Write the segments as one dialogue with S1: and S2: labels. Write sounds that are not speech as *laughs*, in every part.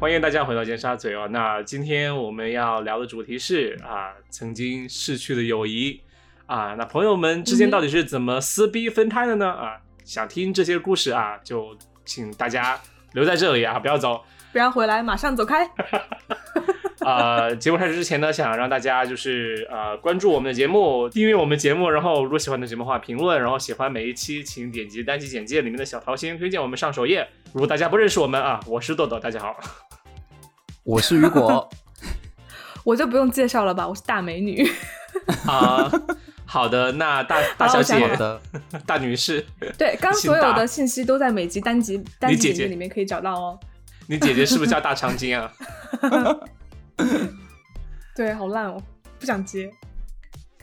S1: 欢迎大家回到尖沙咀哦。那今天我们要聊的主题是啊，曾经逝去的友谊啊，那朋友们之间到底是怎么撕逼分开的呢？啊，想听这些故事啊，就请大家留在这里啊，不要走。
S2: 不要回来，马上走 *laughs* 开。
S1: 呃，节目开始之前呢，想让大家就是呃关注我们的节目，订阅我们节目，然后如果喜欢的节目的话，评论，然后喜欢每一期，请点击单期简介里面的小桃心，推荐我们上首页。如果大家不认识我们啊，我是豆豆，大家好，
S3: 我是雨果，
S2: 我就不用介绍了吧，我是大 *laughs* 美女。
S1: 啊、 *laughs* 好的，那大大
S2: *laughs* 好
S1: 小
S2: 我想
S1: 姐
S2: 好、
S3: 的，
S1: 大女士， *laughs*
S2: 对，刚
S1: 请
S2: 所有
S1: 打
S2: 的信息都在每集单集单
S1: 你
S2: 集
S1: 姐
S2: 简介
S1: 姐
S2: 里面可以找到哦。
S1: 你姐姐是不是叫大长今啊？ *laughs*
S2: 对，好烂哦，不想接。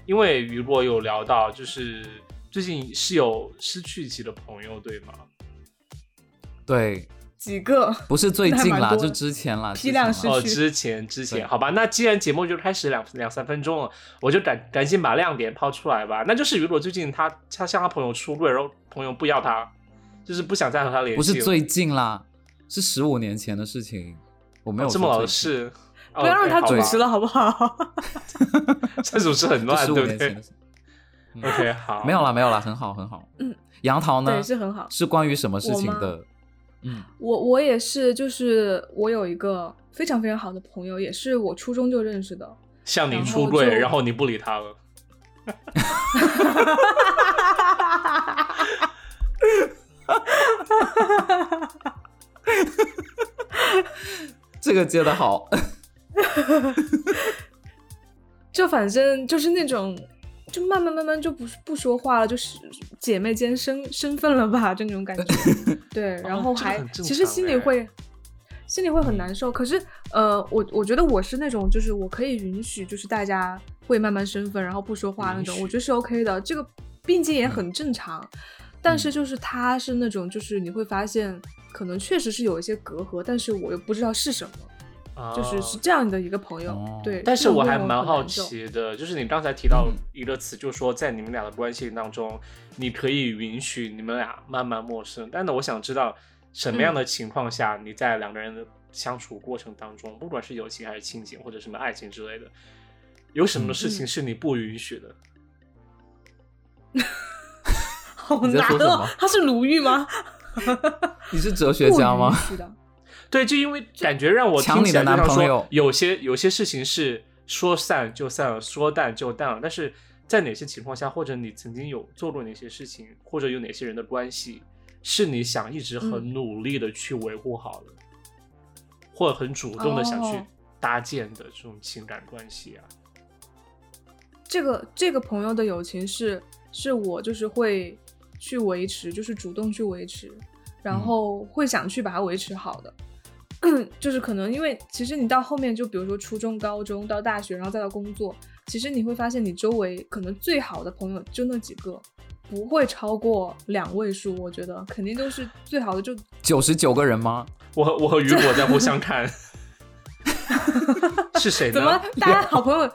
S1: 因为雨果有聊到，就是最近是有失去级的朋友，对吗？
S3: 对，
S2: 几个
S3: 不是最近
S2: 那还蛮
S3: 啦，
S2: 多的
S3: 就之前啦，
S2: 批量
S3: 之
S2: 失
S3: 前啦
S1: 哦，
S2: 去
S1: 之前之前，
S3: 对
S1: 好吧，那既然节目就开始两两三分钟了，我就赶赶紧把亮点抛出来吧。那就是雨果最近他他向他朋友出柜，然后朋友不要他，就是不想再和他联系了。
S3: 不是最近啦，是十五年前的事情，我没有
S1: 这么
S3: 说
S1: 老
S3: 最
S1: 的
S3: 近，
S1: 事，哦
S2: 不要让他主持，
S1: OK，
S2: 了，好不好？
S1: 好吧这主持很
S3: 就
S1: 乱，
S3: 十
S1: 对
S3: 五
S1: 不
S3: 年前
S1: 对
S3: 的事，
S1: ？OK，好，
S3: 没有啦，没有啦，很好，很好。
S2: 嗯，
S3: 杨桃呢
S2: 对，？是很好。
S3: 是关于什么事情
S2: 我吗
S3: 的？嗯，
S2: 我我也是，就是我有一个非常非常好的朋友，也是我初中就认识的。
S1: 向你
S2: 然后
S1: 出柜，
S2: 就
S1: 然后你不理他了。
S3: 这个接的好， *laughs*
S2: 就反正就是那种，就慢慢慢慢就不不说话了，就是姐妹间身身份了吧，就那种感觉。对，然后
S1: 哦这个
S2: 还、
S1: 很正
S2: 其实
S1: 常
S2: 心里
S1: 哎嗯
S2: 会心里会很难受。可是呃，我我觉得我是那种，就是我可以允许，就是大家会慢慢身份，然后不说话那
S1: 允，
S2: 种
S1: 许嗯
S2: 我觉得是 OK 的。这个毕竟也很正常。但是
S3: 嗯
S2: 就是他是那种，就是你会发现，可能确实是有一些隔阂，但是我又不知道是什么，就是是
S1: 啊
S2: 这样的一个朋友。
S3: 哦
S2: 对，
S1: 但
S2: 这
S1: 是
S2: 种
S1: 我
S2: 让
S1: 还
S2: 很
S1: 蛮好
S2: 难受。
S1: 奇的，就是你刚才提到
S3: 嗯
S1: 一个词，就是说在你们俩的关系当中，你可以允许你们俩慢慢陌生。但是我想知道什么样
S2: 嗯
S1: 的情况下，你在两个人的相处过程当中，不管是友情还是亲情或者什么爱情之类的，有什么事情
S2: 嗯
S1: 是你不允许的？
S2: 好
S3: 你在
S2: 难
S3: 说什
S2: 哦
S3: 么！
S2: 他是鲁豫
S3: *laughs*
S2: 吗？
S3: 你是哲学家吗？
S2: 不允许的，
S1: 对，就因为感觉让我
S3: 抢
S1: 听
S3: 你
S1: 起
S3: 的
S1: 来就
S3: 男
S1: 像
S3: 朋
S1: 说
S3: 友，
S1: 有些有些事情是说散就散了，说淡就淡了。但是在哪些情况下，或者你曾经有做过哪些事情，或者有哪些人的关系，是你想一直很
S2: 嗯
S1: 努力的去维护好的，或者很主动的想去
S2: 哦
S1: 搭建的这种情感关系啊？
S2: 这个这个朋友的友情是是我就是会去维持，就是主动去维持，然
S3: 嗯
S2: 后会想去把它维持好的。 *coughs* 就是可能因为其实你到后面就比如说初中、高中到大学，然后再到工作，其实你会发现你周围可能最好的朋友就那几个，不会超过两位数。我觉得肯定都是最好的就
S3: 九十九个人吗？
S1: 我和我和雨果在互相
S3: *laughs*
S1: 看，是谁
S2: 怎么
S1: 呢？
S2: 大家好朋友，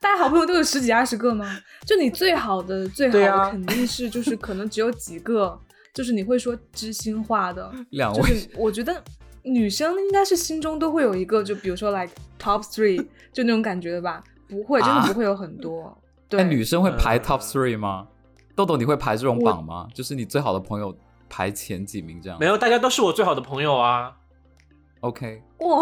S2: 大家好朋友都有十几二十个吗？就你最好的最好
S1: 对啊
S2: 的肯定是就是可能只有几个，就是你会说知心话
S1: 啊
S2: 的，
S3: 两
S2: 就
S3: 位
S2: 是我觉得女生应该是心中都会有一个，就比如说 like top
S1: *laughs*
S2: three 就那种感觉的吧，不会真的
S3: 啊
S2: 不会有很多。对，
S3: 哎，女生会排
S1: 嗯
S3: top three 吗？豆豆，你会排这种
S2: 我
S3: 榜吗？就是你最好的朋友排前几名这样？
S1: 没有，大家都是我最好的朋友啊。
S3: ，OK，
S2: 哇， *laughs*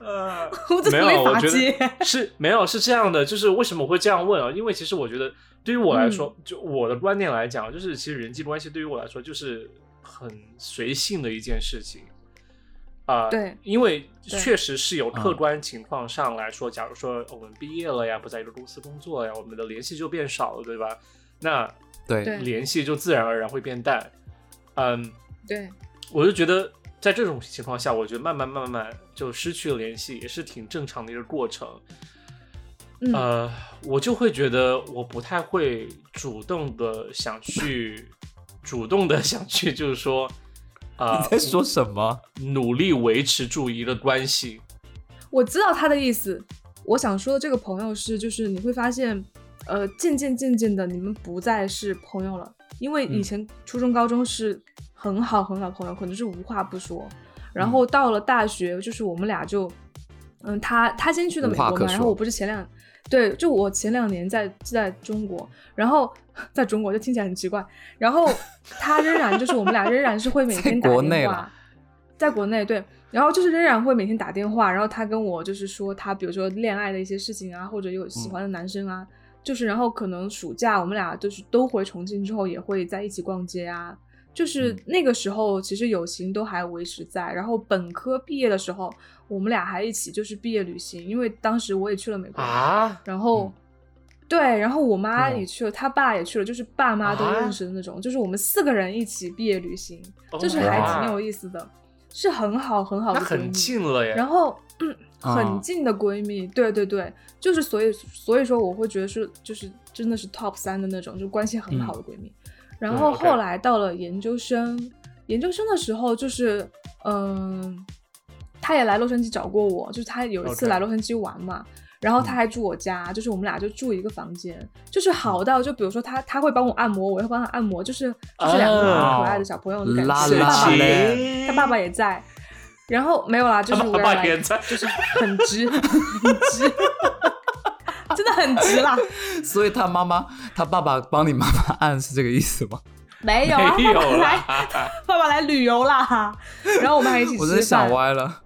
S1: 呃，
S2: *laughs* 我
S1: 没
S2: 真的
S1: 有，
S2: 没
S1: 我
S2: 法
S1: 觉
S2: 接。 *laughs*
S1: 得 *laughs* 是没有是这样的，就是为什么我会这样问啊？因为其实我觉得，对于我来
S2: 嗯
S1: 说，就我的观念来讲，就是其实人际关系对于我来说就是很随性的一件事情啊、
S2: 对
S1: 因为
S2: 对
S1: 确实是有客
S3: 嗯
S1: 观情况上来说，假如说我们毕业了呀，不在一个公司工作呀，我们的联系就变少了，对吧？那
S3: 对，
S2: 对
S1: 联系就自然而然会变淡。嗯，
S2: 对，
S1: 我就觉得在这种情况下，我觉得慢慢慢慢就失去了联系，也是挺正常的一个过程。
S2: 嗯，
S1: 呃，我就会觉得我不太会主动的想去，主动的想去，就是说，啊、
S3: *laughs* 你在说什么？
S1: 努力维持住一个关系。
S2: 我知道他的意思。我想说的这个朋友是，就是你会发现，呃，渐渐渐渐的，你们不再是朋友了，因为以
S3: 嗯
S2: 前初中、高中是很好很好的朋友，可能是无话不说，
S3: 嗯
S2: 然后到了大学，就是我们俩就，嗯，他他先去的
S3: 无
S2: 美
S3: 话
S2: 国
S3: 可
S2: 嘛，然后
S3: 说
S2: 我不是前两，对，就我前两年在在中国，然后在中国就听起来很奇怪，然
S3: *laughs*
S2: 后他仍然就是我们俩仍然是会每
S3: 在
S2: 天打
S3: 国
S2: 电
S3: 内
S2: 话
S3: 了
S2: 在国内对，然后就是仍然会每天打电话，然后他跟我就是说他比如说恋爱的一些事情啊，或者
S3: 嗯
S2: 有喜欢的男生啊，就是然后可能暑假我们俩就是都回重庆之后也会在一起逛街啊，就是
S3: 嗯
S2: 那个时候其实友情都还维持在，然后本科毕业的时候我们俩还一起就是毕业旅行，因为当时我也去了美国，
S1: 啊，
S2: 然后。
S3: 嗯
S2: 对，然后我妈
S1: 嗯
S2: 也去了，她爸也去了，就是爸妈都
S1: 啊哦
S2: 认识的那种，就是我们四个人一起毕业旅行，就是
S3: 哇
S2: 还挺有意思的，是很好很好
S1: 那
S2: 的闺
S1: 很
S2: 蜜。
S1: 近了耶。
S2: 然后、嗯、很
S3: 啊
S2: 近的闺蜜，对对对，就是所以所以说我会觉得是就是真的是 top 三的那种，就关系很好的闺蜜。然后
S1: 嗯，OK
S2: 后来到了研究生，研究生的时候就是嗯、她也来洛杉矶找过我，就是她有一次
S1: OK
S2: 来洛杉矶玩嘛。然后她还住我家，就是我们俩就住一个房间，就是好到就比如说她她会帮我按摩，我会帮她按摩，就是就是两个很可爱的小朋友的感觉。
S3: 啊
S1: 是
S2: 爸
S3: 拉
S2: 爸
S3: 拉嘞
S1: 亲
S2: 他爸爸也在，然后没有啦，就是
S1: 他
S2: 我
S1: 爸
S2: 要
S1: 爸
S2: 来，
S1: 也在
S2: 就是很直，很直，真的很直啦，
S3: *laughs* 所以他妈妈，他爸爸帮你妈妈按是这个意思
S2: *laughs*
S3: 吗？
S2: 没有啊，
S1: 没有
S2: 爸爸来，
S1: 啦，
S2: 爸爸来旅游啦，然后我们还一起
S3: 我真
S2: 吃
S3: 的想
S2: 饭，
S3: 歪了。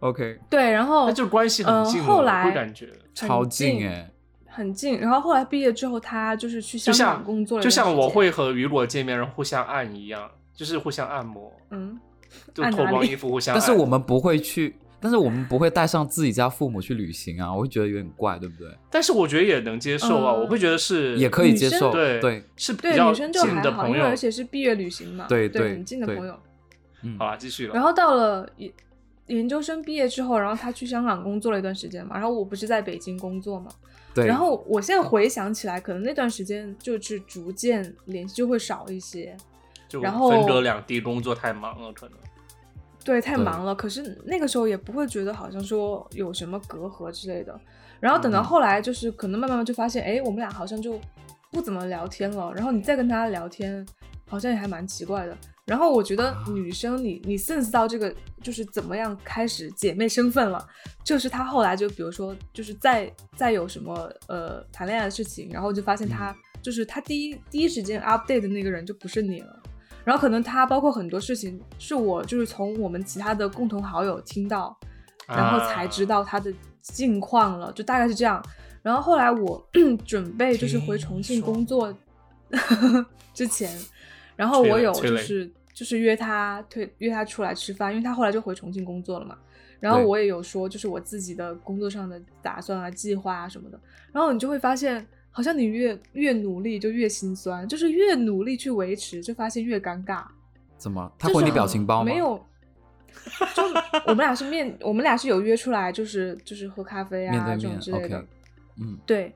S3: OK，
S2: 对，然后
S1: 那就关系很近了，
S2: 呃哦后
S1: 我
S2: 来
S1: 会感觉
S2: 很
S3: 超
S2: 近
S3: 近哎、
S2: 很近，然后后来毕业之后，他就是去
S1: 就
S2: 香
S1: 像
S2: 港工作了一
S1: 就
S2: 段时间，
S1: 像我会和雨果见面，然后互相按一样，就是互相按摩，
S2: 嗯，
S1: 就
S2: 按
S1: 脱
S2: 哪
S1: 光
S2: 里
S1: 衣服互相
S3: 但
S1: 按。
S3: 是我们不会去，但是我们不会带上自己家父母去旅行啊，我会觉得有点怪，对不对？
S1: 但是我觉得也能接受啊，
S2: 嗯
S1: 我会觉得是
S3: 也可以接
S2: 女生
S3: 受，
S1: 对
S3: 对，
S1: 是比
S2: 对，
S1: 较
S2: 女生就
S1: 近
S2: 还
S1: 的
S2: 好，
S1: 朋
S2: 因为
S1: 友
S2: 而。且是毕业旅行嘛，
S3: 对
S2: 对，
S3: 对
S2: 很近的
S3: 对
S2: 朋友，
S3: 嗯
S2: 啊
S1: 好，啦，继续了。
S2: 然后到了研研究生毕业之后，然后他去香港工作了一段时间嘛，然后我不是在北京工作嘛，
S3: 对，
S2: 然后我现在回想起来，可能那段时间就是逐渐联系就会少一些，
S1: 就
S2: 然后
S1: 分隔两地，工作太忙了，可能。
S2: 对，太
S3: 对
S2: 忙了。可是那个时候也不会觉得好像说有什么隔阂之类的。然后等
S3: 嗯
S2: 到后来，就是可能慢慢慢就发现，哎，我们俩好像就不怎么聊天了。然后你再跟他聊天，好像也还蛮奇怪的。然后我觉得
S3: 啊
S2: 女生你你 sense 到这个就是怎么样开始姐妹身份了，就是她后来就比如说就是再再有什么呃谈恋爱的事情，然后就发现她、
S3: 嗯
S2: 就是她第一第一时间 update 的那个人就不是你了。然后可能他包括很多事情是我就是从我们其他的共同好友听到，然后
S1: 啊
S2: 才知道他的近况了，就大概是这样。然后后来我 *clears throat* 准备就是回重庆工作 *laughs* 之前，然后我有
S1: 嗯催
S2: 就
S1: 泪
S2: 是就是约他推约他出来吃饭，因为他后来就回重庆工作了嘛。然后
S3: 对
S2: 我也有说就是我自己的工作上的打算啊、计划啊什么的。然后你就会发现，好像你越越努力就越心酸，就是越努力去维持，就发现越尴尬。
S3: 怎么他
S2: 就是
S3: 回你
S2: 很
S3: 表情包吗？
S2: 没有，就我们俩是面，我们俩是有约出来，就是就是喝咖啡啊
S3: 面对
S2: 这种
S3: 面
S2: 之类的。
S3: ，OK，嗯，
S2: 对，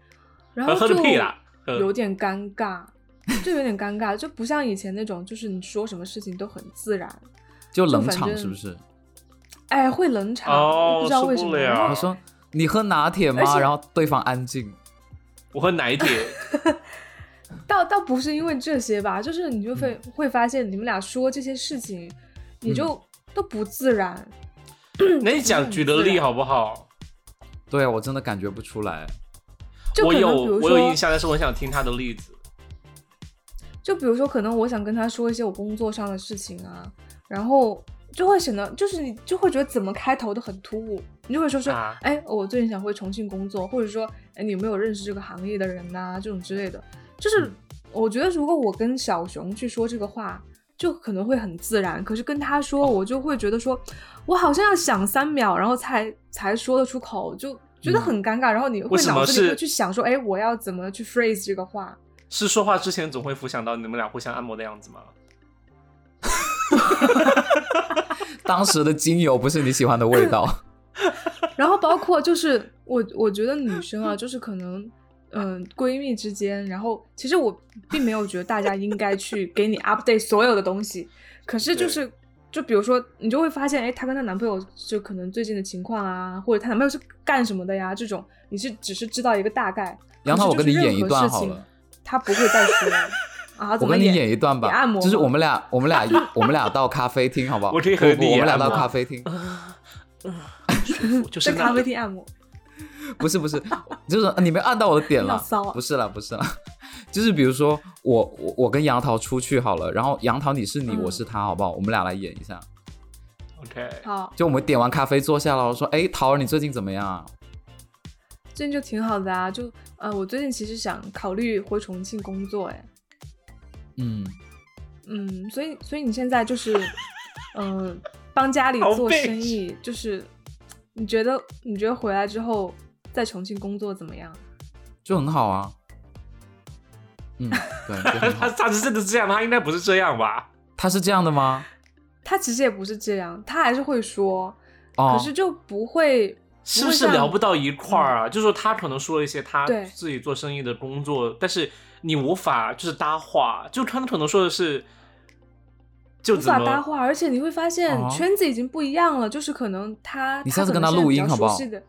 S2: 然
S1: 喝
S2: 后
S1: 喝个
S2: 就
S1: 屁啦，喝
S2: 有点尴尬，就有点尴尬，就不像以前那种，就是你说什么事情都很自然。
S3: 就冷
S2: 反
S3: 场
S2: 正
S3: 是不是？
S2: 哎，会冷场，
S1: 哦
S2: 不知道为什
S1: 受
S2: 么。
S1: 不了
S2: 然后
S3: 他说你喝拿铁
S2: 而且
S3: 吗？然后对方安静，
S1: 我喝奶铁，
S2: 倒倒不是因为这些吧，就是你就会、
S3: 嗯
S2: 会发现你们俩说这些事情，也就都不自然。
S1: 那你讲举个例好不好？
S3: 对啊我真的感觉不出来，
S2: 就
S1: 我
S2: 可
S1: 有
S2: 能比如
S1: 我有
S2: 说
S1: 印，象，但是我很想听他的例子。
S2: 就比如说，可能我想跟他说一些我工作上的事情啊，然后就会显得就是你就会觉得怎么开头都很突兀，你就会说说，
S1: 啊
S2: 哎，我最近想回重庆工作，或者说，哎，你有没有认识这个行业的人呐、这种之类的，就是
S3: 嗯
S2: 我觉得如果我跟小熊去说这个话。就可能会很自然，可是跟他说，
S1: 哦
S2: 我就会觉得说，我好像要想三秒，然后才才说得出口，就觉得
S3: 嗯
S2: 很尴尬。然后你
S1: 为
S2: 会
S1: 什
S2: 脑
S1: 么
S2: 子里
S1: 是
S2: 会去想说，哎，我要怎么去 phrase 这个话？
S1: 是说话之前总会浮想到你们俩互相按摩的样
S2: *laughs*
S1: 子吗？
S3: 当时的精油不是你喜欢的味道。
S2: *laughs* 然后包括就是我，我觉得女生啊，就是可能，嗯、闺蜜之间，然后其实我并没有觉得大家应该去给你 update 所有的东西，可是就
S1: 对
S2: 是，就比如说你就会发现，哎，她跟她男朋友就可能最近的情况啊，或者她男朋友是干什么的呀，这种你是只是知道一个大概，
S3: 杨
S2: 可是
S3: 桃，我跟
S2: 就
S3: 你
S2: 是
S3: 演一
S2: 任何
S3: 段
S2: 事
S3: 好
S2: 情
S3: 了，
S2: 他不会再说了啊，
S3: *laughs* 我
S2: 怎么
S3: 跟你
S2: 演
S3: 演一段吧，
S2: 也按摩
S3: 就是
S2: 吗
S3: 我
S2: *laughs*
S3: 们俩，我们俩，我们俩到咖啡厅，好不好？
S1: 我可以
S3: 不
S1: 和
S3: 不
S1: 你
S3: 我们俩
S1: 按
S3: 到
S1: 摩
S3: 咖啡厅，
S1: 就是
S2: 在咖
S1: 那
S2: 啡厅按摩，
S3: 不是不是，就是呃你没按到我的
S2: *laughs*
S3: 点
S2: 你好
S3: 了，
S2: 骚啊
S3: 不！是了不是了， *laughs* 就是比如说我我我跟杨桃出去好了，然后杨桃你是你，
S2: 嗯
S3: 我是他，好不好？我们俩来演一下，
S1: OK，
S2: 好，
S3: 就我们点完咖啡坐下了，我说哎，桃儿你最近怎么样啊？
S2: 最近就挺好的啊，就呃，我最近其实想考虑回重庆工作，哎，
S3: 嗯，
S2: 嗯，所以所以你现在就是，嗯、帮家里
S1: 好
S2: 做
S1: 背
S2: 生意，就是你觉得你觉得回来之后在重庆工作怎么样？
S3: 就很好啊，嗯，对，就很
S1: *laughs*
S2: *laughs*
S1: 他
S3: 好。
S1: 他是真的这样吗？他应该不是这样吧？
S3: 他是这样的吗？
S2: 他其实也不是这样，他还是会说，
S3: 哦，
S2: 可是就不会，
S1: 是
S2: 不
S1: 不
S2: 会
S1: 是
S2: 像
S1: 聊不到一块儿啊？就说他可能说了一些他
S2: 对
S1: 自己做生意的工作，但是你无法就是搭话，就他可能说的是，就
S2: 无
S1: 怎
S2: 法
S1: 么
S2: 搭话，而且你会发现
S3: 哦
S2: 圈子已经不一样了，就是可能他
S3: 你
S2: 他
S3: 下次
S2: 可
S3: 跟
S2: 能
S3: 他
S2: 现在
S3: 录
S2: 比较
S3: 音好不
S2: 熟
S3: 好
S2: 悉的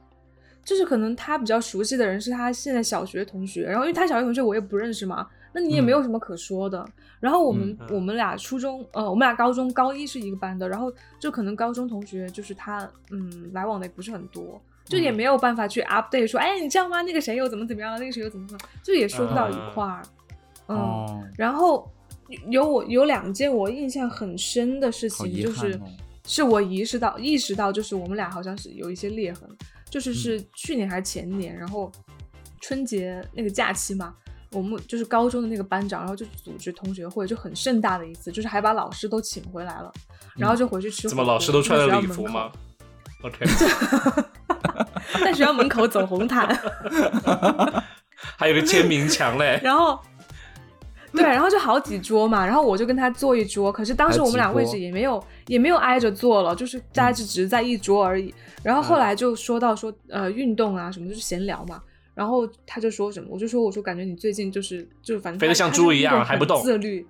S2: 就是可能他比较熟悉的人是他现在小学同学，然后因为他小学同学我也不认识嘛，那你也
S3: 嗯
S2: 没有什么可说的。然后我们、
S1: 嗯
S2: 我们俩初中呃，我们俩高中高一是一个班的，然后就可能高中同学就是他嗯来往的也不是很多。就也
S1: 嗯
S2: 没有办法去 update 说，哎，你知道吗？那个谁又怎么怎么样了？那个谁又怎么怎么样？就也说不到一
S1: 嗯
S2: 块儿。嗯，
S3: 哦，
S2: 然后有有我有两件我印象很深的事
S3: 好
S2: 情，
S3: 遗
S2: 就
S3: 憾
S2: 是
S3: 哦。
S2: 是我意识到意识到，就是我们俩好像是有一些裂痕，
S1: 嗯
S2: 就是是去年还是前年，然后春节那个假期嘛。我们就是高中的那个班长，然后就组织同学会，就很盛大的一次，就是还把老师都请回来了，然后就回去吃
S1: 嗯
S2: 火
S1: 怎
S2: 锅。
S1: 么老师都穿
S2: 在
S1: 了
S2: 学
S1: 礼
S2: 校
S1: 服
S2: 门口 *laughs*
S1: 吗？？OK，
S2: 在学校门口走红毯。
S1: 还有个签名墙嘞。
S2: 然后，对，然后就好几桌嘛，然后我就跟他坐一桌，可是当时我们俩位
S3: 还有几
S2: 置
S3: 桌
S2: 也没有也没有挨着坐了，就是大家就只是在一桌而已。然后后
S1: 嗯
S2: 来就说到说呃运动啊什么，就是闲聊嘛。然后他就说什么，我就说我说感觉你最近就是就是反正
S1: 肥得
S2: 他
S1: 像
S2: 他
S1: 猪
S2: 是
S1: 一
S2: 运
S1: 样
S2: 动
S1: 还
S2: 很
S1: 不动
S2: 自律，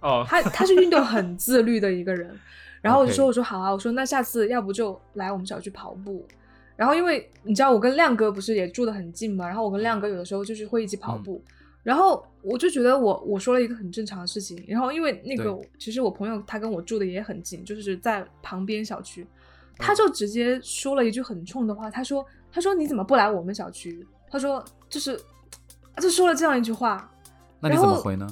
S1: 哦，
S2: 他他是运动很自律的一个人。然后我就说
S3: OK
S2: 我说好啊，我说那下次要不就来我们小区跑步。然后因为你知道我跟亮哥不是也住得很近嘛，然后我跟亮哥有的时候就是会一起跑
S3: 嗯
S2: 步。然后我就觉得我我说了一个很正常的事情，然后因为那个
S3: 对
S2: 其实我朋友他跟我住的也很近，就是在旁边小
S3: 嗯
S2: 区，他就直接说了一句很冲的话，他说他说你怎么不来我们小区？他说就是他就说了这样一句话，
S3: 那你怎
S2: 然
S3: 么
S2: 后
S3: 回呢？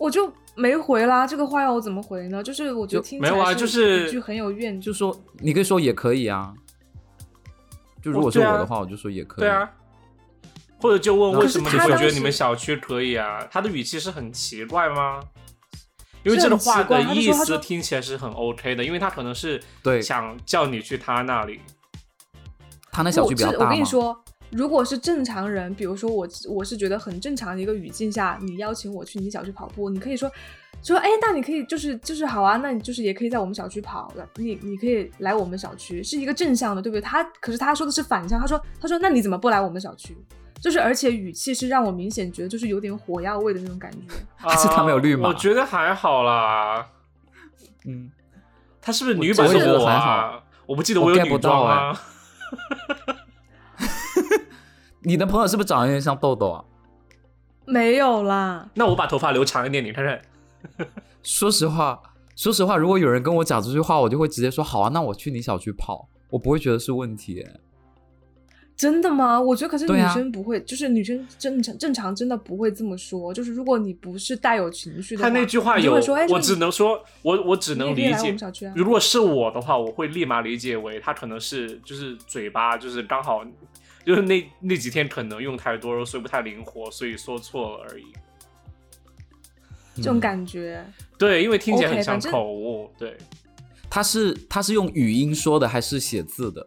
S2: 我就没回啦，这个话要我怎么回呢？就是我觉得
S3: 就
S2: 听起
S1: 没有啊
S2: 来
S1: 就是是
S2: 一句很有怨，
S3: 就说你可以说也可以啊。就如
S1: 我
S3: 果是
S1: 对啊
S3: 我的话，我就说也可以。
S1: 对啊，或者就问为什么你
S2: 可是他
S1: 会
S2: 当
S1: 觉得
S2: 时
S1: 你们小区可以啊？他的语气是很奇怪吗？因为
S2: 是
S1: 这个
S2: 很奇
S1: 话的
S2: 怪他就
S1: 意
S2: 说他
S1: 思
S2: 说
S1: 听起来是很 OK 的，因为他可能是
S3: 对
S1: 想叫你去他那
S2: *laughs*
S1: 里。
S3: 他那小区比较
S2: 我是
S3: 大
S2: 我
S3: 嘛。
S2: 跟你说，如果是正常人，比如说我，我是觉得很正常的一个语境下，你邀请我去你小区跑步，你可以说说，哎，那你可以就是就是好啊，那你就是也可以在我们小区跑的，你你可以来我们小区，是一个正向的，对不对？他可是他说的是反向，他说他说那你怎么不来我们小区？就是而且语气是让我明显觉得就是有点火药味的那种感觉。 *laughs*
S1: 还
S3: 是他没有绿
S1: 啊
S3: 码
S1: 我觉得还好啦。
S3: 嗯，
S1: 他是不是女版
S2: 我觉
S1: 的
S2: 得
S1: 我
S3: 还
S1: 啊
S3: 好？
S1: 我不记得
S3: 我
S1: 有
S3: get
S1: 女
S3: 不到
S1: 装啊。
S3: 你的朋友是不是长得有点像豆豆啊？
S2: 没有
S1: *laughs*
S2: 啦，
S1: 那我把头发留长一点，你看看。
S3: 说实话，说实话，如果有人跟我讲这句话，我就会直接说好啊，那我去你小区跑，我不会觉得是问题。
S2: 真的吗？我觉得可是
S3: 对
S2: 女
S3: 啊
S2: 生不会，就是女生正常正常真的不会这么说。就是如果你不是带有情绪的
S1: 他
S2: 话，
S1: 那句话
S2: 你就
S1: 有
S2: 会说，哎，，
S1: 我
S2: 这
S1: 只能说，我我只
S2: 你也
S1: 能
S2: 可以
S1: 理
S2: 来我
S1: 解
S2: 们。小区啊。
S1: 如果是我的话，我会立马理解为他可能是就是嘴巴就是刚好就是那那几天可能用太多，所以不太灵活，所以说错了而已。
S2: 这种
S3: 嗯
S2: 感觉，
S1: 对，因为听起来
S2: OK，
S1: 很像
S2: 反正
S1: 口误。对， *laughs*
S3: 他是他是用语音说的还是写字的？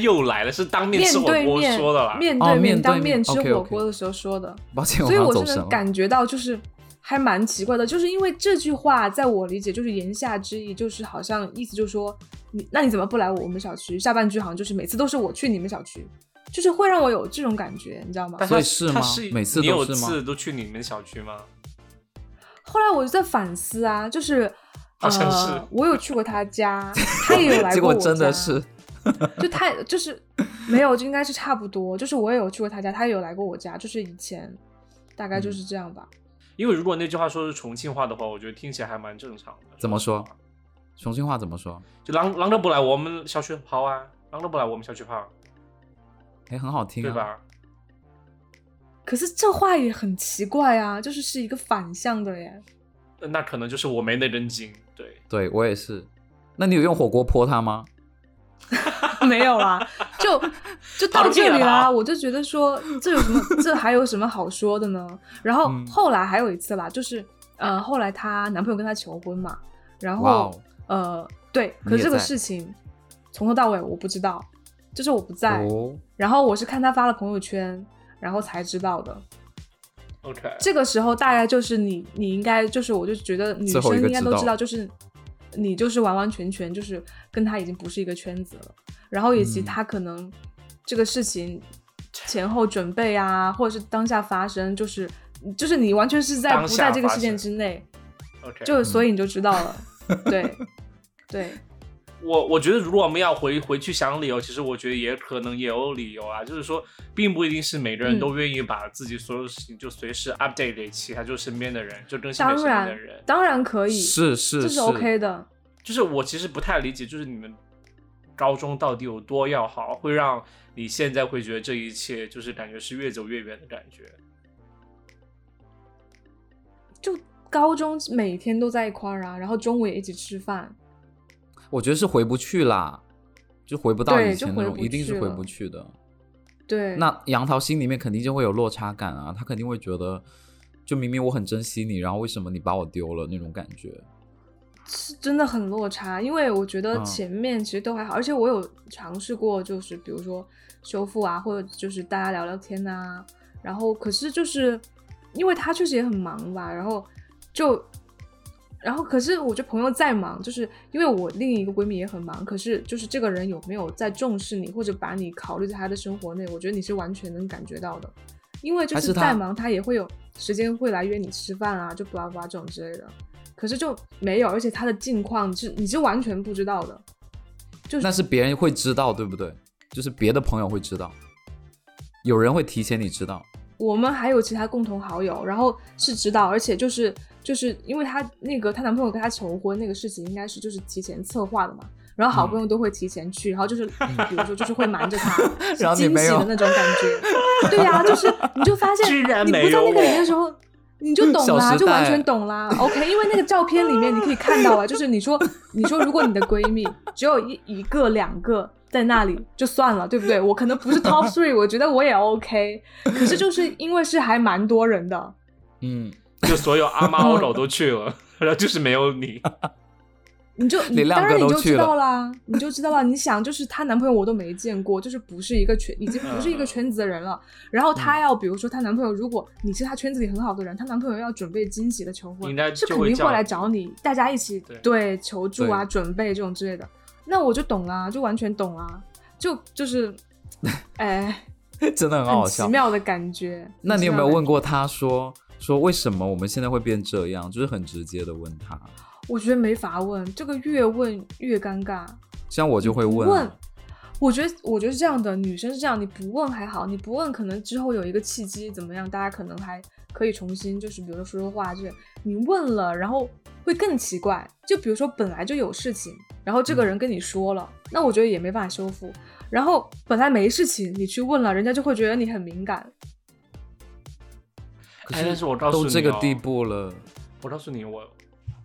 S1: 又来了，是当面
S2: 面
S1: 吃火
S2: 对
S1: 锅
S2: 面
S1: 说的啦。
S2: 面
S3: 哦
S2: 对
S3: 面对
S2: 当
S3: 面
S2: 吃
S3: ，OK，OK
S2: 火锅的时候说
S3: *laughs*
S2: 的，
S3: 抱歉，
S2: 所以
S3: 好像
S2: 我
S3: 走
S2: 是
S3: 神
S2: 能
S3: 了。
S2: 感觉到，就是还蛮奇怪的，就是因为这句话，在我理解就是言下之意，就是好像意思就是说你那你怎么不来我们小区？下半句好像就是每次都是我去你们小区，就是会让我有这种感觉，你知道吗？
S1: 但
S3: 所以
S1: 他
S3: 是
S1: 他
S3: 吗
S1: 是
S3: 每次
S1: 你
S3: 都
S1: 有
S3: 是吗
S1: 次都去你们小区吗？
S2: 后来我就在反思啊，就是。
S1: 好像是
S3: *laughs*
S2: 呃，我有去过他家，他也有来
S3: 结
S2: 过
S3: 果
S2: 我
S3: 真
S2: 家
S3: 的是，
S2: 就太就是没有，就应该是差不多。就是我也有去过他家，他也有来过我家，就是以前大概
S3: 嗯
S2: 就是这样吧。
S1: 因为如果那句话说是重庆话的话，我觉得听起来还蛮正常的。
S3: 怎么说？重庆话怎么说？
S1: 就狼狼都不来我们小区跑啊，狼都不来我们小区跑，
S3: 哎，很好听、
S1: 对
S3: 啊，？
S1: 吧？
S2: 可是这话也很奇怪啊，就是是一个反向的耶。
S1: 呃那可能就是我没那根筋。对，
S3: 对我也是。那你有用火锅泼他吗？
S2: *laughs* 没有啦， *laughs* 就就 *laughs* 到
S1: 讨
S2: 这里
S1: 厌
S2: 啦。
S1: 啊
S2: 我就觉得说，这有什么，这还有什么好说的呢？然后
S3: 嗯
S2: 后来还有一次啦，就是呃，后来她男朋友跟她求婚嘛，然
S3: 哇
S2: 后
S3: 哦，
S2: 呃，对，可
S3: 你
S2: 是
S3: 也
S2: 这个
S3: 在
S2: 事情从头到尾我不知道，就是我不在，
S3: 哦，
S2: 然后我是看她发了朋友圈，然后才知道的。
S1: OK，
S2: 这个时候大概就是你，你应该就是，我就觉得女
S3: 最后
S2: 生
S3: 一个
S2: 应该
S3: 知
S2: 都
S3: 道
S2: 知道，就是你就是完完全全就是跟他已经不是一个圈子了，然后以及
S3: 嗯
S2: 他可能这个事情前后准备啊，或者是当下发生，就是就是你完全是在
S1: 当
S2: 不
S1: 下
S2: 在这个
S1: 发
S2: 事件之
S1: 生
S2: 内，
S1: OK，
S2: 就所
S3: 嗯
S2: 以你就知道了，
S3: *laughs*
S2: 对对，
S1: 我我觉得，如果我们要回回去想理由，其实我觉得也可能也有理由啊，就是说，并不一定是每个人
S2: 嗯
S1: 都愿意把自己所有的事情就随时 update 给其他就是身边的人，就更新给
S2: 当
S1: 身边的
S2: 然
S1: 人。
S2: 当然可以，
S3: 是是
S2: 这
S3: 是
S2: 是 OK 的，
S1: 就是我其实不太理解，就是你们高中到底有多要好，会让你现在会觉得这一切就是感觉是越走越远的感觉。
S2: 就高中每天都在一块儿啊，然后中午也一起吃饭，
S3: 我觉得是回不去啦，就回不到
S2: 对
S3: 以前
S2: 就
S3: 那
S2: 回
S3: 种，
S2: 不
S3: 一定是
S2: 去
S3: 回
S2: 了
S3: 不去的。
S2: 对，
S3: 那杨桃心里面肯定就会有落差感啊，她肯定会觉得，就明明我很珍惜你，然后为什么你把我丢了那种感觉。
S2: 是真的很落差，因为我觉得
S3: 嗯
S2: 前面其实都还好，而且我有尝试过，就是比如说修复啊，或者就是大家聊聊天呐、然后可是就是因为他确实也很忙吧，然后就，然后可是我觉得朋友再忙，就是因为我另一个闺蜜也很忙，可是就是这个人有没有在重视你，或者把你考虑在他的生活内，我觉得你是完全能感觉到的，因为就
S3: 还是
S2: 是
S3: 他
S2: 再忙，他也会有时间会来约你吃饭啊，就巴拉巴拉这种之类的。可是就没有，而且他的近况你是你是完全不知道的，就是
S3: 但是别人会知道，对不对？就是别的朋友会知道，有人会提前你知道。
S2: 我们还有其他共同好友，然后是知道，而且就是就是因为她那个她男朋友跟她求婚那个事情，应该是就是提前策划的嘛。然后好朋友都会提前去，然后就是比如说就是会瞒着她，是
S3: 然后你
S2: 惊
S3: 没
S2: 喜
S3: 有
S2: 的那种感觉。对呀、就是你就发现
S1: 居然
S2: 你不
S1: 没
S2: 在
S1: 有
S2: 那个人
S1: 我
S2: 的时候。你就懂
S3: 小
S2: 啦，
S3: 时
S2: 就完
S3: 代
S2: 全懂啦。OK，因为那个照片里面你可以看到啊，就是你说你说如果你的闺蜜只有一一个两个在那里就算了，对不对？我可能不是 top three，我觉得我也 OK。可是就是因为是还蛮多人的，
S3: 嗯，
S1: 就所有阿
S2: *laughs*
S1: 猫阿狗都去了，然后就是没有你。
S2: 你就你
S3: 连亮
S2: 当
S3: 哥
S2: 然你
S3: 都
S2: 就
S3: 去
S2: 知
S3: 了
S2: 道啦，你就知道啦。你想，就是她男朋友我都没见过，就是不是一个圈，已经不
S1: 嗯
S2: 是一个圈子的人了。然
S3: 嗯
S2: 后她要，比如说她男朋友，如果你是她圈子里很好的人，她男朋友要准备惊喜的求婚
S1: 应，该就
S2: 是肯
S1: 会
S2: 定
S1: 叫
S2: 会来找你，大家一起
S1: 对
S2: 对求助啊、
S3: 对
S2: 准备这种之类的。那我就懂啦，就完全懂啦，就
S3: *laughs*
S2: 就是，哎，
S3: 嗯真的很好
S2: 很
S3: 笑
S2: 奇。妙的感觉。
S3: 那
S2: 很
S3: 你
S2: 奇
S3: 有没有
S2: 妙的
S3: 问过他说说为什么我们现在会变这样？就是很直接的问他，
S2: 我觉得没法问，这个越问越尴尬。
S3: 像我就会
S2: 不
S3: 问,、啊
S2: 问，我觉得我觉得是这样的，女生是这样，你不问还好，你不问可能之后有一个契机怎么样，大家可能还可以重新就是比如说说说话，就是你问了，然后会更奇怪。就比如说本来就有事情，然后这个
S3: 嗯
S2: 人跟你说了，那我觉得也没办法修复。然后本来没事情，你去问了，人家就会觉得你很敏感。
S3: 可
S1: 哎但是我告诉你、
S3: 都
S1: 哦，
S3: 这个地步了，
S1: 我告诉你，我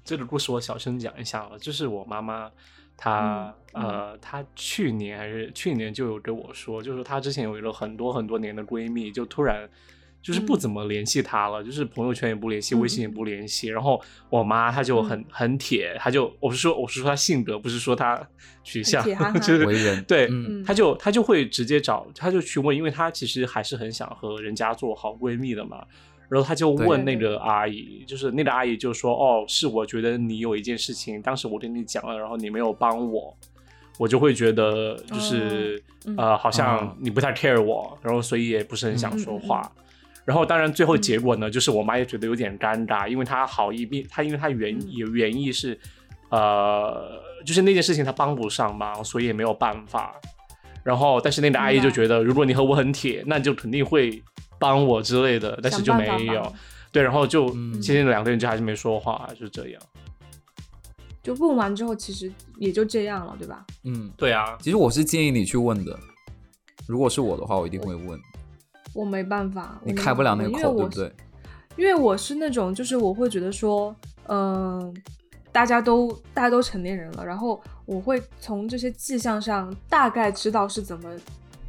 S1: 这个故事我小声讲一下啊，就是我妈妈她、
S2: 嗯
S1: 呃，她去年还是去年就有跟我说，就是她之前有一个很多很多年的闺蜜，就突然就是不
S2: 嗯
S1: 怎么联系她了，就是朋友圈也不联系，
S2: 嗯
S1: 微信也不联系。然后我妈她就很、
S2: 嗯
S1: 很铁，她就我是说我是说她性格，不是说她取向
S2: 铁憨，
S1: *laughs*
S2: 憨
S1: 就是
S3: 为人
S1: 对，
S3: 嗯
S2: 嗯
S1: 她就她就会直接找，她就去问，因为她其实还是很想和人家做好闺蜜的嘛。然后她就问
S2: 对
S1: 那个阿姨，就是那个阿姨就说：“哦，是我觉得你有一件事情，当时我跟你讲了，然后你没有帮我，我就会觉得就是、
S2: 哦嗯
S1: 呃，好像
S3: 啊
S1: 你不太 care 我，然后所以也不是很想
S2: 嗯
S1: 说
S2: 嗯嗯
S1: 话。然后当然最后结果呢，就是我妈也觉得有点尴尬，因为她好意并她因为她原
S2: 嗯
S1: 也原意是，呃，就是那件事情她帮不上忙，所以也没有办法。然后但是那个阿姨就
S2: 明白
S1: 觉得，如果你和我很铁，那你就肯定会帮我之类的，但是就
S2: 想办法
S1: 没有
S2: 吧。
S1: 对，然后就
S3: 嗯
S1: 接近两个人就还是没说话，就这样。
S2: 就问完之后，其实也就这样了，对吧？
S3: 嗯，
S1: 对啊，
S3: 其实我是建议你去问的，如果是我的话，我一定会问。
S2: 我没办法，我
S3: 你
S2: 没
S3: 开不了
S2: 办
S3: 那
S2: 法
S3: 个
S2: 因为
S3: 口，对
S2: 我
S3: 不对？
S2: 因为我是那种，就是我会觉得说，嗯、大家都大家都成年人了，然后我会从这些迹象上大概知道是怎么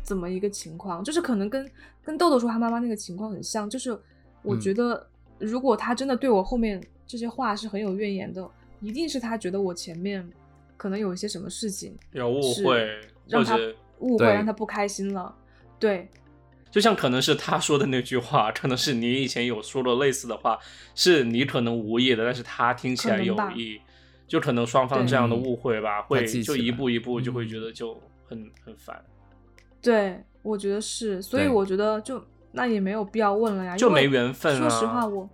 S2: 怎么一个情况，就是可能跟跟豆豆说他妈妈那个情况很像，就是我
S3: 嗯
S2: 觉得如果他真的对我后面这些话是很有怨言的，一定是他觉得我前面可能有一些什么事情
S1: 有误
S2: 是
S1: 会或
S2: 让他
S1: 者。
S2: 误会
S3: 对
S2: 让他不开心了，对，
S1: 就像可能是他说的那句话，可能是你以前有说过类似的话，是你可能无意的，但是他听起来有
S2: 可能吧
S1: 意，就可能双方这样的
S3: 对
S1: 误会吧，
S3: 他
S1: 会
S3: 记起
S1: 就
S3: 来
S1: 一步一步就会
S3: 嗯
S1: 觉得就很、很烦，
S2: 对，我觉得是，所以
S3: 对
S2: 我觉得就那也没有必要问了呀，
S1: 就
S2: 哎因为
S1: 没缘分啊。
S2: 说实话，我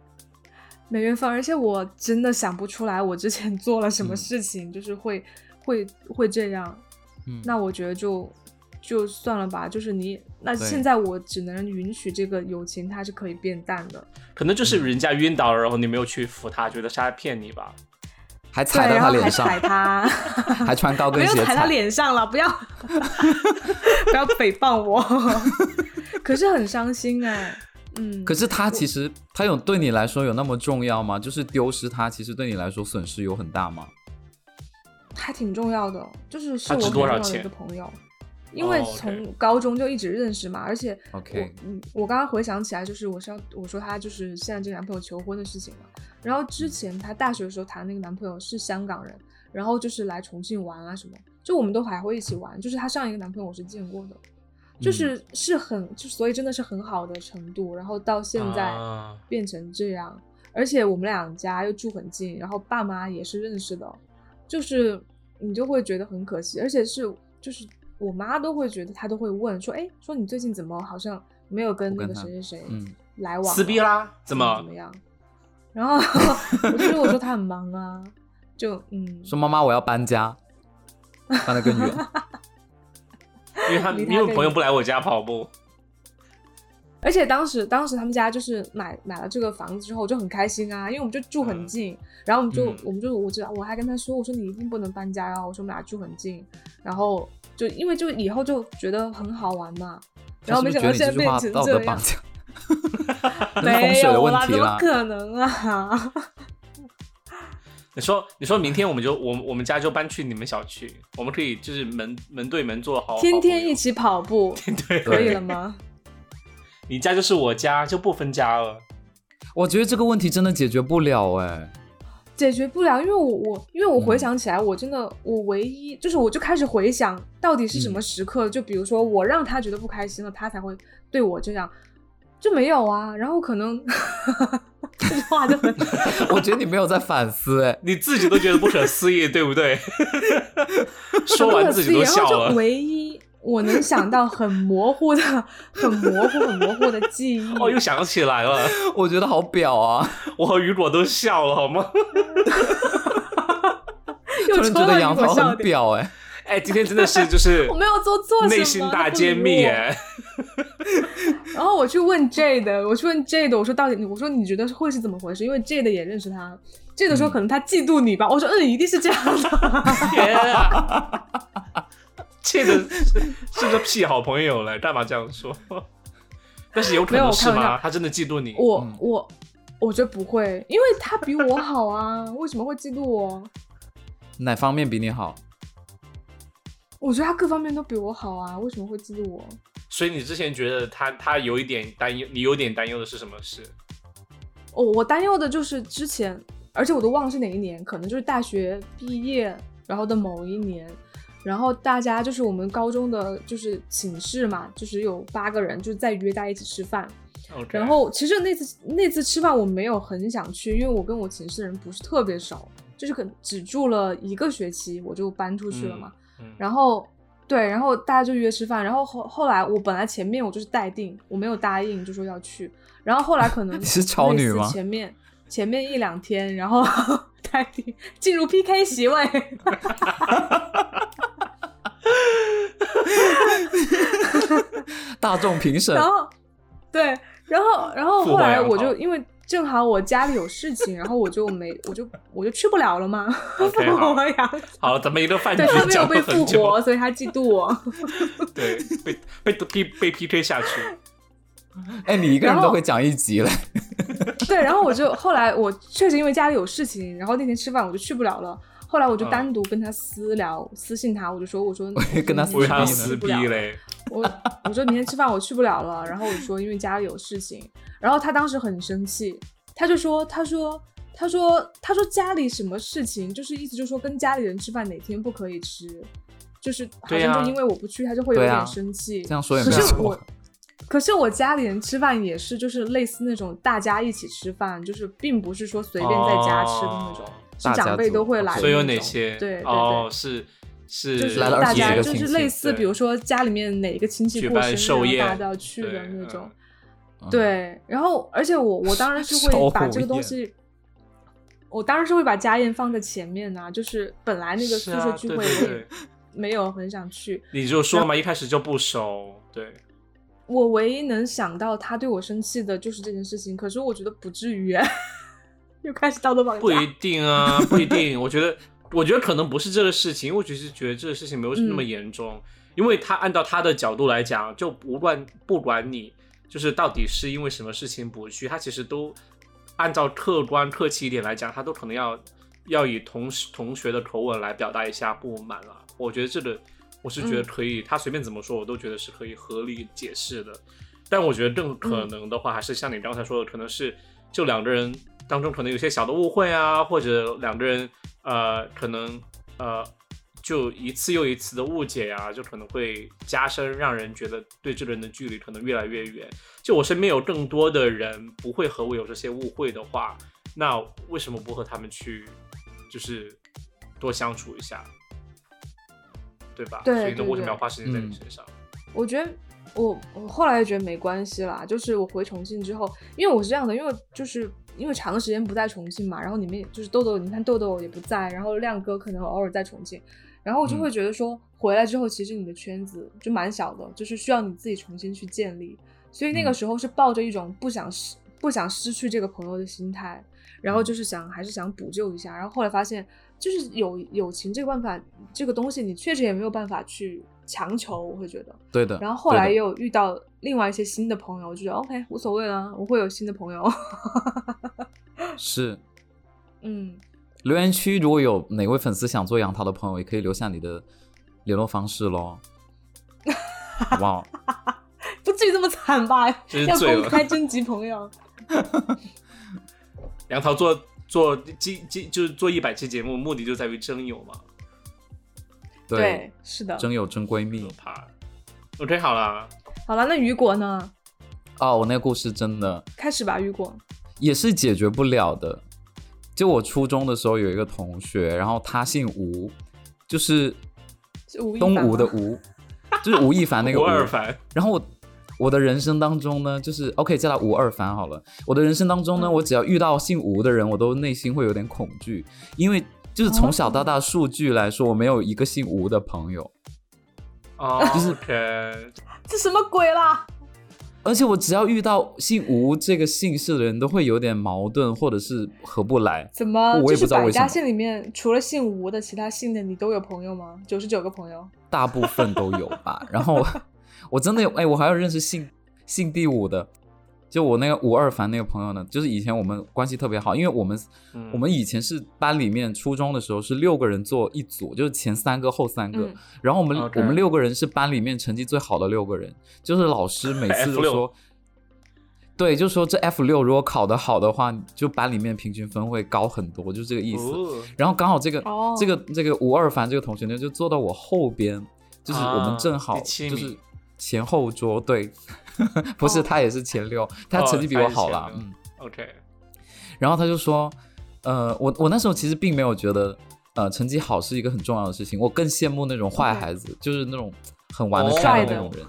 S2: 没缘分，而且我真的想不出来我之前 *laughs* 做了什么
S3: 嗯
S2: 事情，就是会会会这样。
S3: 嗯，
S2: 那我觉得就就算了吧，就是你那
S3: 对
S2: 现在我只能允许这个友情它是可以变淡的，
S1: 可能就是人家晕倒了，然后你没有去扶他，觉得是他骗你吧。
S3: 还
S2: 对，
S3: 踩到
S2: 然
S3: 他
S2: 后还
S3: 脸上，
S2: 踩他，
S3: *laughs* 还穿高
S2: 没
S3: 跟
S2: 有
S3: 鞋
S2: 踩他脸上了，不要 *laughs* 不要诽谤我， *laughs* 可是很伤心哎、嗯，
S3: 可是他其实他有对你来说有那么重要吗？就是丢失他，其实对你来说损失有很大吗？
S2: 还挺重要的，哦就是是
S1: 他
S2: 我
S1: 值
S2: 很
S1: 多
S2: 重
S1: 少
S2: 要的
S1: 钱
S2: 一个朋友，因为
S1: 哦，OK
S2: 从高中就一直认识嘛，而且
S3: OK
S2: 我嗯我刚刚回想起来，就是我上我说她就是现在这个男朋友求婚的事情嘛，然后
S1: 嗯
S2: 之前她大学的时候谈那个男朋友是香港人，然后就是来重庆玩啊什么，就我们都还会一起玩，就是她上一个男朋友我是见过的，
S1: 嗯
S2: 就是是很就所以真的是很好的程度，然后到现在
S1: 啊
S2: 变成这样，而且我们两家又住很近，然后爸妈也是认识的，哦就是你就会觉得很可惜，而且是就是我妈都会觉得她都会问说，哎，说你最近怎么好像没有跟
S3: 不
S2: 那
S3: 跟
S2: 个
S3: 他
S2: 谁谁谁
S3: 嗯
S2: 来往、
S1: 撕逼
S2: 啦，
S1: 啦，怎
S2: 怎
S1: 么
S2: 么？样？然后 *laughs* 我就我说她很忙啊，就嗯，
S3: 说妈妈我要搬家，搬得
S2: *laughs*
S3: 更远。
S1: 因为他
S2: 离他
S1: 因为
S2: 更
S1: 朋友
S2: 远
S1: 不来我家跑步，
S2: 而且当时当时他们家就是买买了这个房子之后就很开心啊，因为我们就住
S3: 嗯
S2: 很近，然后我们就、
S1: 嗯
S2: 我们就我知道我还跟他说我说你一定不能搬家啊，我说我们俩住很近，然后就因为就以后就觉得很好玩嘛，然后
S3: 他
S2: 没
S3: 是
S2: 想
S3: 不
S2: 到
S3: 是觉
S2: 现在
S3: 得你这句
S2: 变
S3: 话
S2: 成
S3: 道
S2: 这样，*laughs*
S3: 德绑架， *laughs* 那是风
S2: 没
S3: 水的
S2: 有
S3: 问
S2: 啦，
S3: 题
S2: 怎么
S3: 啦。
S2: 可能啊？
S1: 你说你说明天我们就我们我们家就搬去你们小区，我们可以就是门门对门做好，
S2: 天
S1: 好朋
S2: 天
S1: 友
S2: 一，起跑步
S1: *laughs* 对，
S2: 可以了吗？
S1: 你家就是我家，就不分家了。
S3: 我觉得这个问题真的解决不了哎、 *laughs*
S2: 解决不了，因为我我因为我回
S3: 嗯
S2: 想起来，我真的我唯一就是我就开始回想到底是什
S3: 嗯
S2: 么时刻，就比如说我让他觉得不开心了，他才会对我这样，就没有啊。然后可能 *laughs* 这句话就
S3: *laughs*
S2: 很
S3: 我觉得你没有在反思哎、
S1: 你自己都觉得不可思议， *laughs* 对不对？说
S2: 很不
S1: 完
S2: 可
S1: 自
S2: 思
S1: 己
S2: 议，
S1: 都
S2: 然
S1: 笑
S2: 后就
S1: 了。
S2: 唯一我能想到很模糊的、 *laughs* 很模糊、很模糊的记忆。
S1: 哦，又想起来了，
S3: 我觉得好表啊，
S1: 我和雨果都笑了，好吗？
S2: *laughs*
S1: *laughs*
S2: 又
S3: 突然
S2: 戳到
S3: 觉得
S2: 一
S3: 杨
S2: 个
S3: 桃
S2: 笑
S3: 很
S2: 点，
S3: 表哎、
S1: 哎，今天真的是就是
S2: 我没有做错什么，
S1: 内心大
S2: 不
S1: 揭
S2: 理
S1: 秘
S2: 我
S1: 哎，
S2: 然后我去问 J 的，我去问 J 的，我说到底你，我说你觉得会是怎么回事？因为 J 的也认识他，J 的说
S3: 嗯
S2: 可能他嫉妒你吧。我说嗯，一定是这样的。
S1: 天啊！这个是是个屁好朋友嘞，干嘛这样说？ *laughs* 但是有可
S2: 没有
S1: 能
S2: 我
S1: 是
S2: 开玩
S1: 吗？
S2: 笑
S1: 他真的嫉妒你？
S2: *laughs* 我、
S3: 嗯
S2: 我我觉得不会，因为他比我好啊，为什么会嫉妒我？
S3: 哪方面比你好？
S2: 我觉得他各方面都比我好啊，为什么会嫉妒我？
S1: 所以你之前觉得他他有一点担忧，你有点担忧的是什么事？
S2: 我、哦我担忧的就是之前，而且我都忘了是哪一年，可能就是大学毕业然后的某一年，然后大家就是我们高中的就是寝室嘛，就是有八个人，就是在约大家一起吃饭。
S1: o k
S2: 然后其实那次那次吃饭我没有很想去，因为我跟我寝室的人不是特别熟，就是可能只住了一个学期，我就搬出去了嘛。
S1: 嗯，
S2: 然后对，然后大家就约吃饭，然后后后来我本来前面我就是待定，我没有答应，就说要去，然后后来可能
S3: *laughs* 你是超女吗
S2: 类似前面前面一两天，然后 *laughs* 待定进入 PK 席位。
S3: 大众评审
S2: 然后对，然后然后
S1: 富
S2: 后
S1: 贵
S2: 来
S1: 杨
S2: 我
S1: 桃
S2: 就因为正好我家里有事情，然后我就没我就我就去不了了嘛。
S1: *laughs* OK，好
S2: 我养
S1: 好了，咱们一顿饭 *laughs* 局
S2: *laughs* 对他没有
S1: 讲
S2: 被
S1: 了
S2: 复
S1: 很久，
S2: 活，所以他嫉妒我。
S1: *laughs* 对，被被被被 PK
S2: *laughs*
S1: 下去，
S3: 哎，你一个
S2: 然
S3: 人
S2: 后
S3: 都会讲一集嘞。
S2: 对，然后我就后来我确实因为家里有事情，然后那天吃饭我就去不了了。后来我就
S1: 嗯
S2: 单独跟他私聊，私信他，我就说，我说
S3: 我也跟他
S2: 你
S1: 为啥
S2: 你
S1: 撕
S2: 去不
S1: 逼
S2: 了了
S1: 嘞？
S2: 我我说明天吃饭我去不了了，然后我说因为家里有事情，然后他当时很生气，他就说他说他说他说家里什么事情，就是意思就是说跟家里人吃饭哪天不可以吃，就是好
S1: 对
S2: 像
S1: 啊
S2: 就因为我不去，他就会有
S3: 对啊
S2: 点生气。
S3: 这样说也
S2: 可
S3: 没
S2: 是
S3: 错
S2: 我。可是我家里人吃饭也是，就是类似那种大家一起吃饭，就是并不是说随便在家吃的那种，
S1: 哦
S2: 是长辈都会来的那种。
S1: 所以有哪些？
S2: 对对对。
S1: 哦，是是
S2: 就是
S3: 来了二
S2: 大
S3: 十几
S2: 家
S3: 个
S2: 就
S3: 亲
S2: 是
S3: 戚
S2: 类似，
S1: 对
S2: 比如说家里面哪一个亲戚
S1: 举
S2: 过
S1: 办寿
S2: 生日，然后
S1: 宴
S2: 大家都要去的那种。*laughs*
S3: 嗯
S2: 对，然后而且我我当然是
S3: 烧
S1: *laughs*
S2: 会把
S3: 火
S2: 这个东
S3: 焰
S2: 西，我当然是会把家宴放在前面呐、就是本来那个
S1: 是
S2: 宿
S1: 啊
S2: 舍聚
S1: 对
S2: 会
S1: 对
S2: 我
S1: 对
S2: 也 *laughs* 没有很想去，
S1: 你就说嘛，一开始就不熟，对，
S2: 我唯一能想到他对我生气的就是这件事情，可是我觉得不至于、啊 *laughs* 又开始道德绑
S1: 不一
S2: 架。
S1: 定啊，不一定。我觉得，我觉得可能不是这个事情，因为我只是觉得这个事情没有那么严重，因为他按照他的角度来讲，就不管不管你就是到底是因为什么事情不去，他其实都按照客观客气一点来讲，他都可能要要以同事同学的口吻来表达一下不满啊。我觉得这个我是觉得
S2: 嗯
S1: 可以，他随便怎么说，我都觉得是可以合理解释的。但我觉得更
S2: 嗯
S1: 可能的话，还是像你刚才说的，可能是就两个人当中可能有些小的误会啊，或者两个人呃可能呃就一次又一次的误解啊，就可能会加深让人觉得对这个人的距离可能越来越远。就我身边有更多的人不会和我有这些误会的话，那为什么不和他们去就是多相处一下，对吧？
S2: 对
S1: 所以呢，
S2: 对
S1: 为什么要
S2: 对
S1: 花时间在你
S3: 嗯
S1: 身上？
S2: 我觉得我我后来也觉得没关系啦，就是我回重庆之后，因为我是这样的，因为就是因为长时间不在重庆嘛，然后你们也就是豆豆，你看豆豆也不在，然后亮哥可能偶尔在重庆，然后我就
S3: 嗯
S2: 会觉得说、回来之后，其实你的圈子就蛮小的，就是需要你自己重新去建立，所以那个
S3: 嗯
S2: 时候是抱着一种不想失不想失去这个朋友的心态，然
S3: 嗯
S2: 后就是想还是想补救一下，然后后来发现就是友友情这个办法这个东西，你确实也没有办法去强求，我会觉得。
S3: 对的。
S2: 然后后来也
S3: 对的
S2: 有遇到另外一些新的朋友，我就觉得 OK 无所谓了，我会有新的朋
S3: *laughs*
S2: 友。
S3: 是
S2: 嗯，
S3: 留言区，如果有哪位粉丝想做杨桃的朋友，也可以留下你的联络方式喽。
S2: *laughs*
S3: 哇，哦
S2: 不至于这么惨吧？
S1: 真是
S2: 要
S1: 醉
S2: 公
S1: 了
S2: 开征集朋友，
S1: 杨桃做做几几就是做一百期节目，目的就在于征友嘛，
S3: *laughs* 对，
S2: 是的。
S3: 真有真闺
S1: 可
S3: 蜜
S1: 怕。OK，好啦，
S2: 好了，那雨果呢？
S3: 哦！我那个故事真的
S2: 开始吧，雨果。
S3: 也是解决不了的。就我初中的时候有一个同学，然后他姓吴，就是
S2: 是吴亦
S3: 东
S2: 凡
S3: 吴的
S2: 吗
S3: 吴，就是吴亦凡那个
S1: *laughs* 吴
S3: 吴。
S1: 二凡，
S3: 然后我我的人生当中呢，就是 OK 叫他吴二凡好了。我的人生当中呢，
S2: 嗯
S3: 我只要遇到姓吴的人，我都内心会有点恐惧，因为就是从小到大数据来说，我没有一个姓吴的朋友。 *laughs*
S1: 哦，OK，
S2: 这什么鬼啦？
S3: 而且我只要遇到姓吴这个姓氏的人，都会有点矛盾，或者是合不来。
S2: 怎么？
S3: 我
S2: 就
S3: 也
S2: 是
S3: 不知道
S2: 百
S3: 为什么
S2: 家姓里面，除了姓吴的，其他姓的你都有朋友吗？九十九个朋友。
S3: 大部分都有吧。然后我真的有，哎，我还有认识姓姓第五的，就我那个吴二凡那个朋友呢，就是以前我们关系特别好，因为我们、
S1: 嗯
S3: 我们以前是班里面初中的时候是六个人做一组，就是前三个后三个，
S2: 嗯
S3: 然后我们
S1: OK
S3: 我们六个人是班里面成绩最好的六个人，就是老师每
S1: *laughs*
S3: 次都
S1: F6
S3: 说。对，就说这 F 六如果考得好的话，就班里面平均分会高很多，就这个意思。
S1: 哦
S3: 然后刚好这个、
S2: 哦
S3: 这个这个吴二凡这个同学呢，就坐到我后边，就是我
S1: 啊
S3: 们正好
S1: 第七名
S3: 就是前后桌，对， *laughs* 不是、
S2: 哦
S3: 他也是前六，他成绩比我好
S1: 哦
S3: 啦，
S1: 他也是前
S3: 嗯。
S1: ，OK，
S3: 然后他就说，呃，我我那时候其实并没有觉得，呃，成绩好是一个很重要的事情，我更羡慕那种坏孩子，就是那种很玩得开的那种人。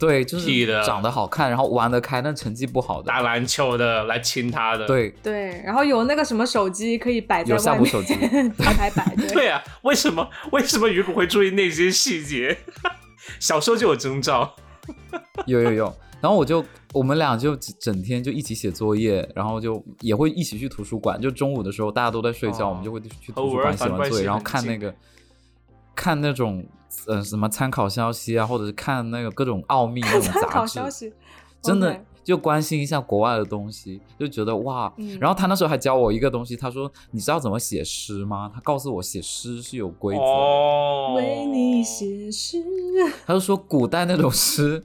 S3: 对，就
S1: 屁
S3: 是
S1: 的
S3: 长得好看，然后玩得开，但成绩不好的
S1: 打，篮球的来亲他的，
S3: 对，
S2: 对，然后有那个什么手机可以摆在
S3: 有下
S2: 外
S3: 部
S2: 面，
S3: 手机
S2: *laughs* 打牌摆。对，
S1: 对啊， *laughs* 为什么为什么雨果会注意那些细节？小时候就有征兆，
S3: 有有有。然后我就我们俩就整天就一起写作业，然后就也会一起去图书馆。就中午的时候大家都在睡
S1: 哦
S3: 觉，我们就会去
S1: 和
S3: 图书
S1: 我儿
S3: 馆
S1: 反
S3: 写完
S1: 关
S3: 作
S1: 系
S3: 业，然后
S1: 很
S3: 看那
S1: 近
S3: 个看那种呃什么参考消息啊，或者是看那个各种奥秘那种
S2: 参
S3: 杂
S2: 考
S3: 志
S2: 消，息，
S3: 真的
S2: OK
S3: 就关心一下国外的东西，就觉得哇。
S2: 嗯
S3: 然后他那时候还教我一个东西，他说你知道怎么写诗吗？他告诉我写诗是有规则的。
S1: 哦，
S2: 为你写诗，
S3: 他就说古代那种诗，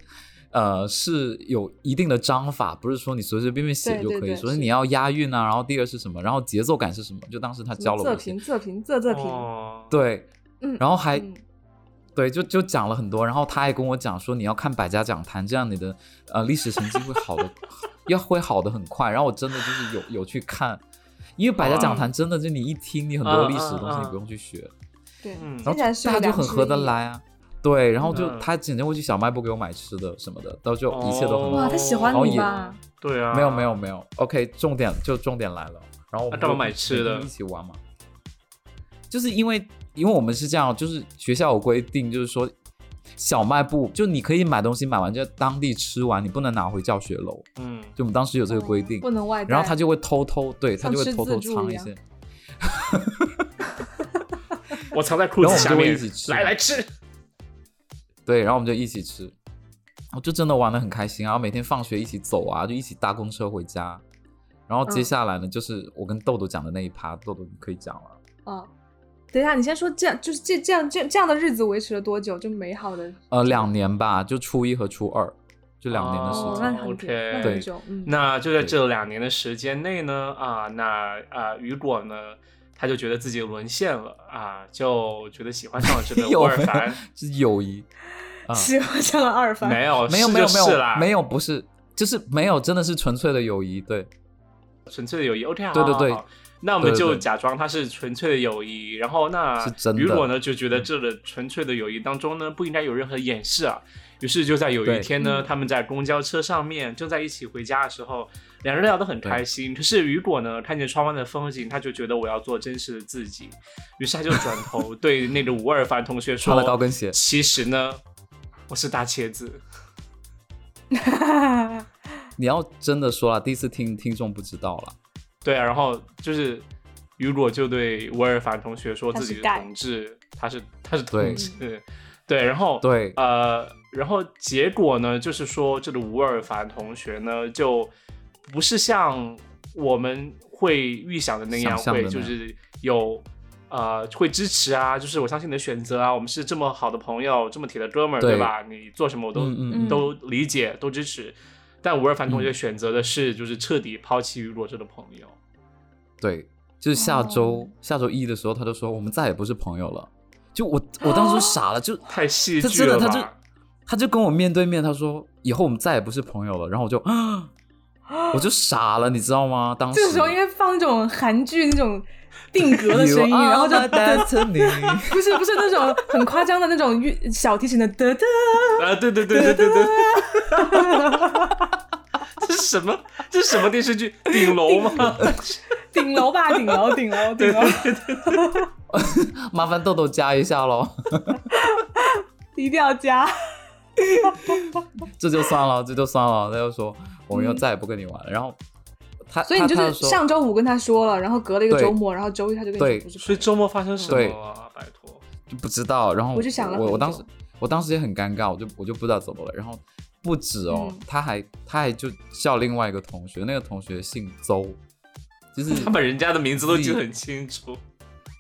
S3: 呃，是有一定的章法，不是说你随随便便写
S2: 对
S3: 就
S2: 对
S3: 可以。
S2: 对
S3: 首
S2: 是
S3: 先你要押韵啊，然后第二是什么，然后节奏感是什么，就当时他教了我
S2: 测
S3: 一些
S2: 评，测评，测测评，
S1: 哦，
S3: 对，
S2: 嗯，
S3: 然后还、
S2: 嗯
S3: 对，就就讲了很多，然后他还跟我讲说你要看百家讲坛，这样你的呃历史成绩会好的， *laughs* 要会好的很快。然后我真的就是有有去看，因为百家
S2: 嗯
S3: 讲坛真的就你一听，你很多历史的东西
S1: 嗯嗯嗯
S3: 你不用去学，
S2: 对，
S1: 嗯
S2: 现
S3: 然后
S2: 在是
S3: 大家
S2: 个
S3: 就
S2: 良
S3: 很
S2: 师
S3: 合得
S2: 益
S3: 来啊。对，然后就
S1: 嗯
S3: 他整天会去小卖部给我买吃的什么的，到就一切都很
S1: 哦
S3: 好。
S2: 哇，他喜欢
S3: 然后
S2: 你
S3: 也
S2: 吧？
S1: 对啊，
S3: 没有没有没有，OK，重点就重点来了，然后我们
S1: 那干嘛
S3: 就
S1: 买吃的
S3: 一起玩嘛？就是因为因为我们是这样，哦就是学校有规定，就是说小卖部就你可以买东西，买完就在当地吃完，你不能拿回教学楼，
S1: 嗯，
S3: 就我们当时有这个规定，
S2: 哦不能外带。
S3: 然后他就会偷偷对他
S2: 像
S3: 就会
S2: 吃
S3: 偷偷
S2: 自助
S3: 藏
S2: 一
S3: 一
S2: 样
S3: 些，
S1: 我藏在裤
S3: 然后
S1: 子下
S3: 我们就会
S1: 面
S3: 一起，吃
S1: 来来吃，
S3: 对，然后我们就一起吃，我就真的玩的很开心啊，然后每天放学一起走啊，就一起搭公车回家。然后接
S2: 嗯
S3: 下来呢，就是我跟豆豆讲的那一趴，豆豆你可以讲了。
S2: 啊，等一下，你先说这样，就是这这样这这样的日子维持了多久？就美好的
S3: 呃，两年吧，就初一和初二，就两年的时
S2: 哦，
S3: 间。
S2: 那很久，
S1: OK
S2: 那很久，嗯，
S1: 那就在这两年的时间内呢，啊，那啊雨果呢，他就觉得自己沦陷了啊，就觉得喜欢上了
S3: *laughs*
S1: 这个
S3: 有
S1: 沃尔
S3: 没有
S1: 凡，
S3: 是友谊？啊
S2: 喜欢上了二番，
S1: 没有
S3: 没有
S1: 哦是
S3: 没有
S1: 就
S3: 没有
S1: 是啦，
S3: 没有，不是，就是没有，真的是纯粹的友谊。对，
S1: 纯粹的友谊。OK，好，
S3: 对对对
S1: 好好那我们
S3: 对对
S1: 就
S3: 对
S1: 假装它是纯粹的友谊。然后那
S3: 是真的
S1: 雨果呢就觉得这个纯粹的友谊当中呢不应该有任何掩饰啊。于是就在有一
S3: 对
S1: 天呢，
S2: 嗯
S1: 他们在公交车上面正在一起回家的时候，两人聊得很开心。可是雨果呢看见窗外的风景，他就觉得我要做真实的自己，于是他就转头对那个吴二凡同学
S3: *laughs* 穿
S1: 说
S3: 了高跟鞋：“。
S1: 其实呢，我是大茄子。
S3: 你要真的说了，第一次听听众不知道了。”
S1: 对啊，然后就是雨果就对吴尔凡同学说
S2: 他
S1: 自
S2: 是
S1: 己是
S2: gay
S1: 同志，他是他是
S3: 对
S1: 同志，对，然后
S3: 对，
S1: 呃，然后结果呢，就是说这个吴尔凡同学呢，就不是像我们会预想的那样，
S3: 想象的
S1: 会
S3: 那
S1: 就
S3: 样
S1: 是有呃会支持啊，就是我相信你的选择啊，我们是这么好的朋友，这么铁的哥们儿，
S3: 对
S1: 对吧？你做什么我都
S3: 嗯嗯
S2: 嗯
S1: 都理解，都支持。但吴尔凡同学
S3: 嗯
S1: 选择的是，就是彻底抛弃雨果这个朋友。
S3: 对，就是下
S2: 哦
S3: 周、下周一的时候，他就说我们再也不是朋友了。就我我
S1: *laughs*
S3: 当时就傻了，就
S1: 太戏
S3: 他
S1: 剧
S3: 真的
S1: 了
S3: 他
S1: 吧？
S3: 就他就跟我面对面，他说以后我们再也不是朋友了。然后
S1: *gasps*
S3: 我就我就傻了，你知道吗？当时
S2: 这个时候应该放那种韩剧那种定格的
S3: You
S2: 声音，然后就
S3: are my destiny *laughs*
S2: 不是不是那种很夸张的那种乐小提琴的哒哒，
S1: 啊，对对对对对 *laughs* 对，这是什么？这是什么电视剧？顶楼吗？
S2: 顶楼吧，顶楼，顶楼，顶楼，
S3: 麻烦豆豆加一下喽，
S2: 一定要加。
S3: *laughs* 这就算了，这就算了。他就说我们又再也不跟你玩了。然后他，
S2: 所以你就
S3: 他
S2: 是
S3: 他说
S2: 上周五跟他说了，然后隔了一个
S3: 对
S2: 周末，然后周一他就跟你
S3: 对
S2: 说不是朋
S1: 所以
S2: 友。
S1: 周末发生什
S3: 对
S1: 么啊？拜托，
S3: 就不知道，然后
S2: 我就想了很
S3: 我
S2: 久
S3: 我当时我当时也很尴尬，我就我就不知道怎么了。然后不止哦，
S2: 嗯
S3: 他还他还就叫另外一个同学，那个同学姓邹，就是
S1: 他把人家的名字都记得很清楚。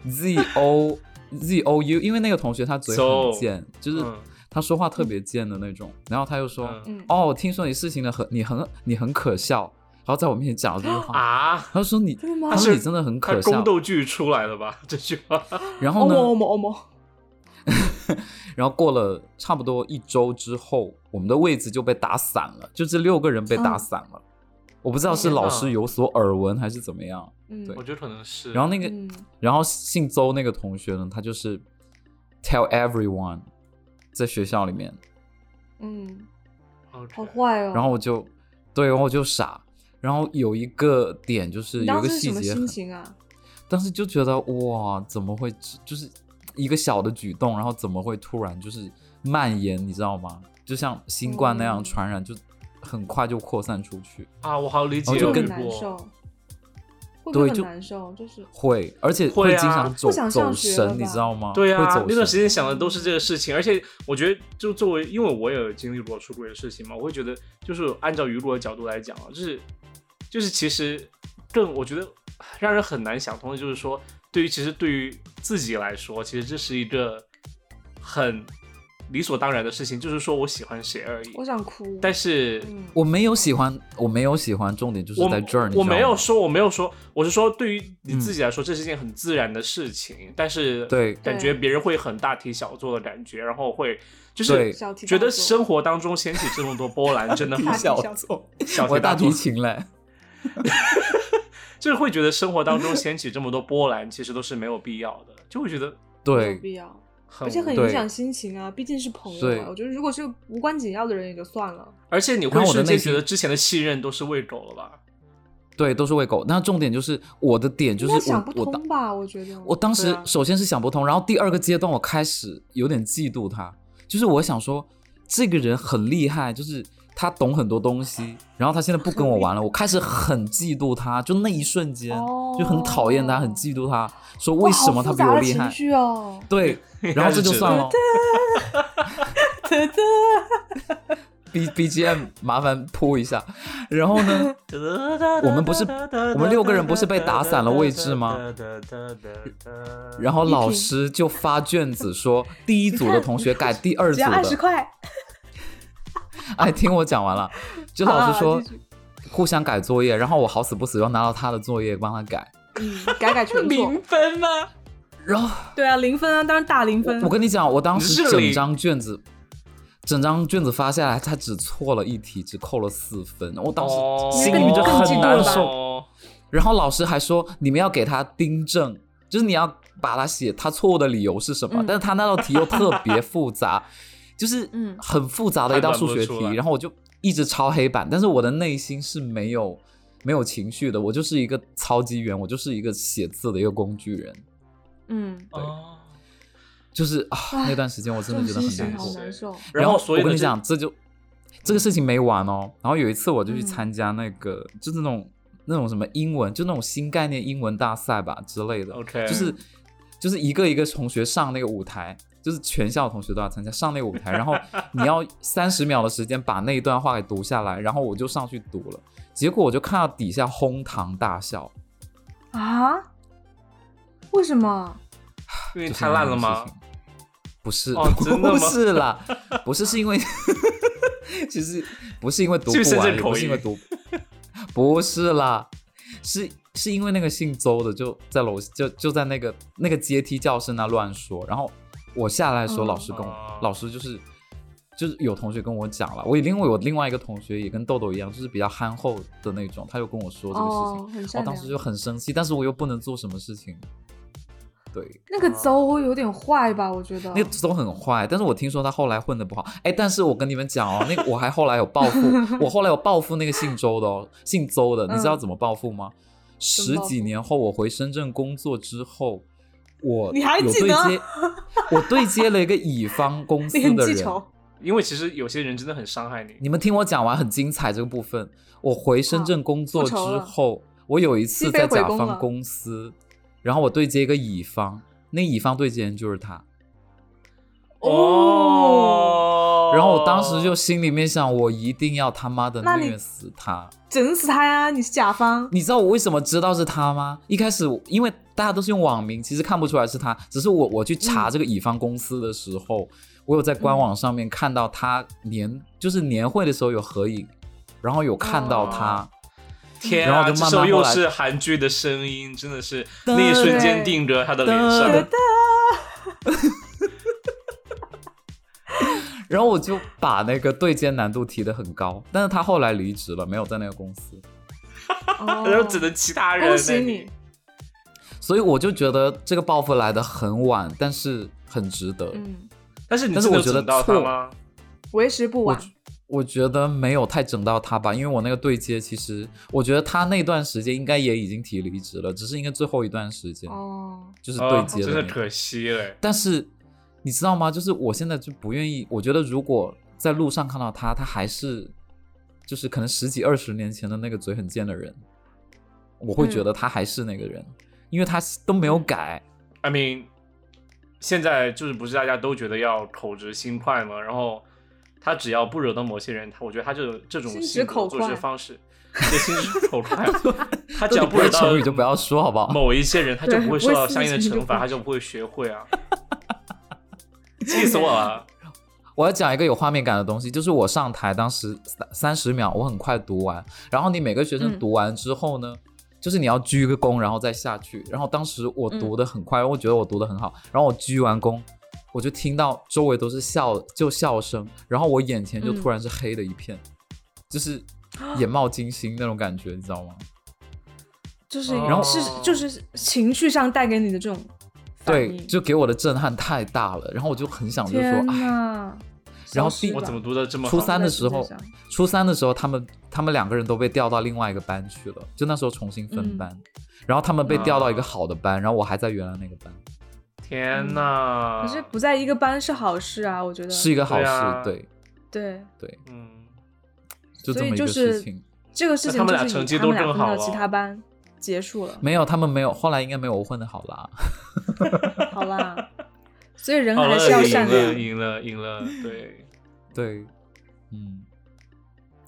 S3: Z O Z O U，因为那个同学他嘴
S1: 邹
S3: 很贱，就是
S1: 嗯
S3: 他说话特别贱的那种。然后他又说：“
S1: 嗯
S2: 嗯，
S3: 哦，听说你事情的很，你很你很可笑。”然后在我面前讲了这句话，
S1: 啊，
S3: 他就说你，
S2: 真的吗
S3: 他
S1: 他
S3: 说
S1: 是哦
S3: 你真的很
S1: 他
S3: 可
S1: 宫
S3: 笑。
S1: 斗剧出来了吧？这句话，
S3: 然
S2: 欧
S3: 后
S2: 盟欧
S3: 呢，
S2: 盟欧盟，
S3: 然后过了差不多一周之后，我们的位置就被打散了，就这六个人被打散
S1: 嗯
S3: 了。我不知道是
S1: 天哪
S3: 老师有所耳闻还是怎么样。
S2: 嗯，
S3: 对
S1: 我觉得可能是。
S3: 然后那个，
S2: 嗯，
S3: 然后姓邹那个同学呢，他就是 tell everyone 在学校里面，
S2: 嗯，好
S1: OK，
S2: 坏哦。
S3: 然后我就对，然后我就傻。然后有一个点就是
S2: 你
S3: 有一
S2: 当
S3: 个
S2: 时是
S3: 细
S2: 什么
S3: 节
S2: 心
S3: 很
S2: 情啊？
S3: 当时就觉得哇，怎么会只就是一个小的举动，然后怎么会突然就是蔓延，你知道吗？就像新冠那样
S2: 嗯
S3: 传染，就很快就扩散出去。
S1: 啊，我好理解
S3: 哦
S1: 我
S3: 就
S1: 遇
S2: 会
S1: 过，
S2: 很
S3: 跟
S2: 难受，会不
S3: 对
S2: 会很
S3: 就
S2: 难受？就是
S3: 会，而且
S1: 会啊
S3: 经常走、
S2: 不想上
S3: 走
S2: 学了
S3: 神，你
S2: 吧
S3: 知道吗？
S1: 对
S3: 会
S1: 啊
S3: 走，
S1: 那段时间
S3: 神
S1: 想的都是这个事情，而且我觉得，就作为，因为我也有经历过出轨的事情嘛，我会觉得，就是按照雨果的角度来讲啊，就是，就是其实更我觉得让人很难想通的就是说，对于其实对于自己来说，其实这是一个很理所当然的事情，就是说我喜欢谁而已。
S2: 我想哭。
S1: 但是，
S2: 嗯，
S3: 我没有喜欢，我没有喜欢，重点就是
S1: 我
S3: 在这儿，你知
S1: 我
S3: 道吗？嗯
S1: 没有说，我没有说，我是说对于你自己来说，这是一件很自然的事情，但是
S3: 对
S1: 感觉别人会很大题小做的感觉，然后会就
S3: 对
S1: 是
S2: 小题大
S1: 觉得
S2: 做
S1: 生活当中掀起这么多波澜，
S2: *laughs*
S1: 真的很
S2: 大题
S3: 小
S2: 小
S3: 错，
S1: 小
S3: 我
S1: 题
S3: 大
S1: 做
S3: 提，琴嘞。
S1: 就是会觉得生活当中掀起这么多波澜，其实都是没有必要的，就会觉得
S2: 没有
S3: 对，
S2: 必要，
S1: 很
S2: 而且很
S1: 无
S3: 对
S2: 影响心情啊，毕竟是朋友
S3: 对
S2: 啊。我觉得如果是无关紧要的人也就算了，
S1: 而且你
S3: 然
S1: 会
S3: 后我的
S1: 瞬间
S3: 内心
S1: 觉得之前的信任都是喂狗了吧？
S3: 对，都是喂狗。那重点就是我的点就
S2: 应该
S3: 是
S2: 想
S3: 我
S2: 不
S3: 我当
S2: 通吧？我觉得
S3: 我当
S1: 对
S3: 时
S1: 啊
S3: 首先是想不通，然后第二个阶段我开始有点嫉妒他，就是我想说这个人很厉害，就是他懂很多东西，然后他现在不跟我玩了，我开始很嫉妒他，就那一瞬间、
S2: 哦
S3: 就很讨厌他，很嫉妒他，说为什么他比
S2: 哇
S3: 我厉
S2: 好复杂的情
S3: 害？
S2: 绪哦，
S3: 对，然后这就算了。
S2: *laughs* 对对，
S3: B B G M 麻烦铺一下，然后呢，我们不是我们六个人不是被打散了位置吗？然后老师就发卷子说， *laughs* 第一组的同学改第二
S2: 只
S3: 组
S2: 要二
S3: 的
S2: 十，块，
S3: *laughs* 哎，听我讲完了，就老师说
S2: 啊继续
S3: 互相改作业，然后我好死不死又拿到他的作业帮他改，
S2: 嗯，改 *laughs* 改全错
S1: 零。分吗？
S3: 然后
S2: 对啊，零分啊，当然大零分。
S3: 我跟你讲，我当时
S1: 你是零
S3: 整张卷子，整张卷子发下来，他只错了一题，只扣了四分，我当时
S1: 哦
S3: 心里面就很难受。
S1: 受。
S3: 然后老师还说你们要给他订正，就是你要把他写他错误的理由是什么，
S2: 嗯
S3: 但是他那道题又特别
S2: *laughs*
S3: 复杂，就是
S2: 嗯
S3: 很复杂的一道
S1: 判断
S3: 数
S1: 不
S3: 学
S1: 出
S3: 题，
S1: 来
S3: 然后我就一直抄黑板，但是我的内心是没有没有情绪的，我就是一个操机员，我就是一个写字的一个工具人，
S2: 嗯，
S1: 哦
S3: 就是啊
S2: 唉
S3: 那段时间我真的
S2: 这
S3: 觉
S2: 种
S3: 得
S2: 心
S3: 很
S2: 情
S3: 难
S2: 好
S3: 受。
S2: 难受。
S1: 然后所以呢
S3: 我跟你
S1: 就
S3: 讲，这就这个事情没完哦。然后有一次我就去
S2: 嗯
S3: 参加那个，就那种那种什么英文，就那种新概念英文大赛吧之类的。
S1: OK
S3: 就是就是一个一个同学上那个舞台，就是全校同学都要参加上那个舞台，然后你要三十秒的时间把那一段话给读下来，然后我就上去读了，结果我就看到底下哄堂大笑，
S2: 啊？为什么？
S1: 因为你
S3: 就是
S1: 太烂了
S3: 那
S1: 吗
S3: 种事？情？不是， *laughs*
S1: 哦真的吗
S3: 不是啦，不是，是因为其实不是因为读
S1: 是不是
S3: 不
S1: 深
S3: 完，
S1: 圳
S3: 也
S1: 口
S3: 不是因为
S1: 音
S3: 读，不是啦，是是因为那个姓周的就在楼就就在那个那个阶梯教室那乱说，然后我下来的时候，
S2: 嗯
S3: 老师跟我、
S1: 哦
S3: 老师就是。就是有同学跟我讲了，我另外我另外一个同学也跟豆豆一样，就是比较憨厚的那种，他就跟我说这个事情，
S2: 哦，很
S3: 我、
S2: 善良。
S3: 当时就很生气，但是我又不能做什么事情，对，
S2: 那个邹有点坏吧？我觉得。
S3: 啊那个都很坏，但是我听说他后来混的不好。哎，但是我跟你们讲哦，那个我还后来有报复，我后来有报复那个姓周的哦，姓邹的，你知道怎么报复吗？
S2: 嗯么
S3: 十
S2: 报复
S3: 几年后我回深圳工作之后，我
S2: 你还
S3: 有
S2: 记
S3: 对
S2: 得
S3: 接，我对接了一个乙方公司
S2: 你很
S3: 的
S2: 记
S3: 人。
S2: 仇。
S1: 因为其实有些人真的很伤害你。
S3: 你们听我讲完很精彩这个部分。我回深圳工作
S2: 嗯
S3: 之
S2: 好复仇了
S3: 后，我有一次在甲
S2: 西北回宫了
S3: 方公司，然后我对接一个乙方，那乙方对接人就是他。
S2: 哦，
S1: 哦
S3: 然后我当时就心里面想，我一定要他妈的
S2: 那你
S3: 虐死他。
S2: 整死他呀！你是甲
S3: *laughs*
S2: 方，
S3: 你知道我为什么知道是他吗？一开始我因为大家都是用网名，其实看不出来是他，只是我我去查这个乙方公司的时候，我有在官网上面看到他年就是年会的时候有合影，然后有看到他。
S1: 哦天
S3: 然
S1: 啊，
S3: 后就慢慢
S1: 这时候又
S3: 后来
S1: 是韩剧的声音，真的是
S3: 对
S1: 那一瞬间定格他的脸
S3: 对 *laughs*
S1: 上。
S3: 然后我就把那个对接难度提得很高，但是他后来离职了，没有在那个公司。
S2: 哦
S1: 然后只能其他人。哎
S2: 恭喜你，
S3: 所以我就觉得这个报复来的很晚，但是很值得。
S2: 嗯，
S1: 但是你
S3: 但是
S1: 真的
S3: 我觉得
S1: 整到他
S3: 错
S1: 吗？
S2: 为时不晚
S3: 我。我觉得没有太整到他吧，因为我那个对接，其实我觉得他那段时间应该也已经提离职了，只是应该最后一段时间、
S2: 哦，
S3: 就是对
S1: 哦，
S3: 接
S1: 真
S3: 的、那
S1: 的
S3: 个
S1: 可惜了。
S3: 但是你知道吗？就是我现在就不愿意，我觉得如果在路上看到他，他还是就是可能十几二十年前的那个嘴很贱的人，我会
S2: 嗯
S3: 觉得他还是那个人，因为他都没有
S1: 嗯
S3: 改。
S1: I mean，现在就是不是大家都觉得要口直心快吗？然后他只要不惹到某些人，他我觉得他这种这种
S2: 心直
S1: 性格
S2: 口
S1: 做事
S2: 快
S1: 方式，对心直口快，
S2: *laughs*
S1: 他只
S3: 这
S1: 要
S3: 种
S1: 不惹到
S3: 成语就不要说好啊不好？
S1: 某一些人，他就
S2: 对
S1: 不会
S2: 不
S1: 受
S2: 会
S1: 到
S2: 刺
S1: 相应的
S2: 激就
S1: 惩罚，
S2: 不
S1: 他就不会学会
S2: *laughs*
S1: 啊，气死我了！
S3: 我要讲一个有画面感的东西，就是我上台当时三三十秒，我很快读完，然后你每个学生
S2: 嗯
S3: 读完之后呢，就是你要鞠个躬，然后再下去。然后当时我读的很快，
S2: 嗯
S3: 我觉得我读的很好，然后我鞠完躬，我就听到周围都是笑就笑声，然后我眼前就
S2: 嗯
S3: 突然是黑的一片，就是
S2: *gasps*
S3: 眼冒金星那种感觉，你知道吗？
S2: 就是
S1: 然
S3: 后
S2: 是就是情绪上带给你的这种反
S3: 对，
S2: 应。
S3: 就给我的震撼太大了，然后我就很想就说，
S2: 天
S3: 哎，
S2: 呐，
S3: 然
S2: 消
S3: 后
S2: 失
S3: 第
S1: 我
S2: 吧
S1: 怎么读的这么
S3: 初
S1: 好？
S3: 三的时
S2: 在
S3: 候
S2: 世界上，
S3: 初三的时候，他们他们两个人都被调到另外一个班去了，就那时候重新分
S2: 嗯
S3: 班，然后他们被调到一个
S1: 啊
S3: 好的班，然后我还在原来那个班，
S1: 天呐！
S2: 嗯可是不在一个班是好事啊，我觉得
S3: 啊是一个好
S1: 对
S3: 事，
S1: 啊
S3: 对
S2: 对。
S3: 对，
S1: 嗯，
S3: 就这
S2: 所以
S3: 么一
S2: 就
S3: 个
S2: 是
S3: 事情。
S2: 这个事情
S1: 那他
S2: 就
S1: 们
S2: 是
S1: 俩
S2: 以
S1: 成绩
S2: 他
S1: 都
S2: 们俩
S1: 更
S2: 分到
S1: 好
S2: 其
S3: 哦
S1: 啊
S2: 他班结束
S3: *laughs*
S2: 了，
S3: 没有，他们没有，后来应该没有我混的好啦。
S2: 好啦。所以人
S1: 好
S2: 还
S1: 了，
S2: 是要
S1: 赢
S2: 善
S1: 了，
S2: 良。
S1: 哦赢了，赢了，对，
S3: 对，嗯，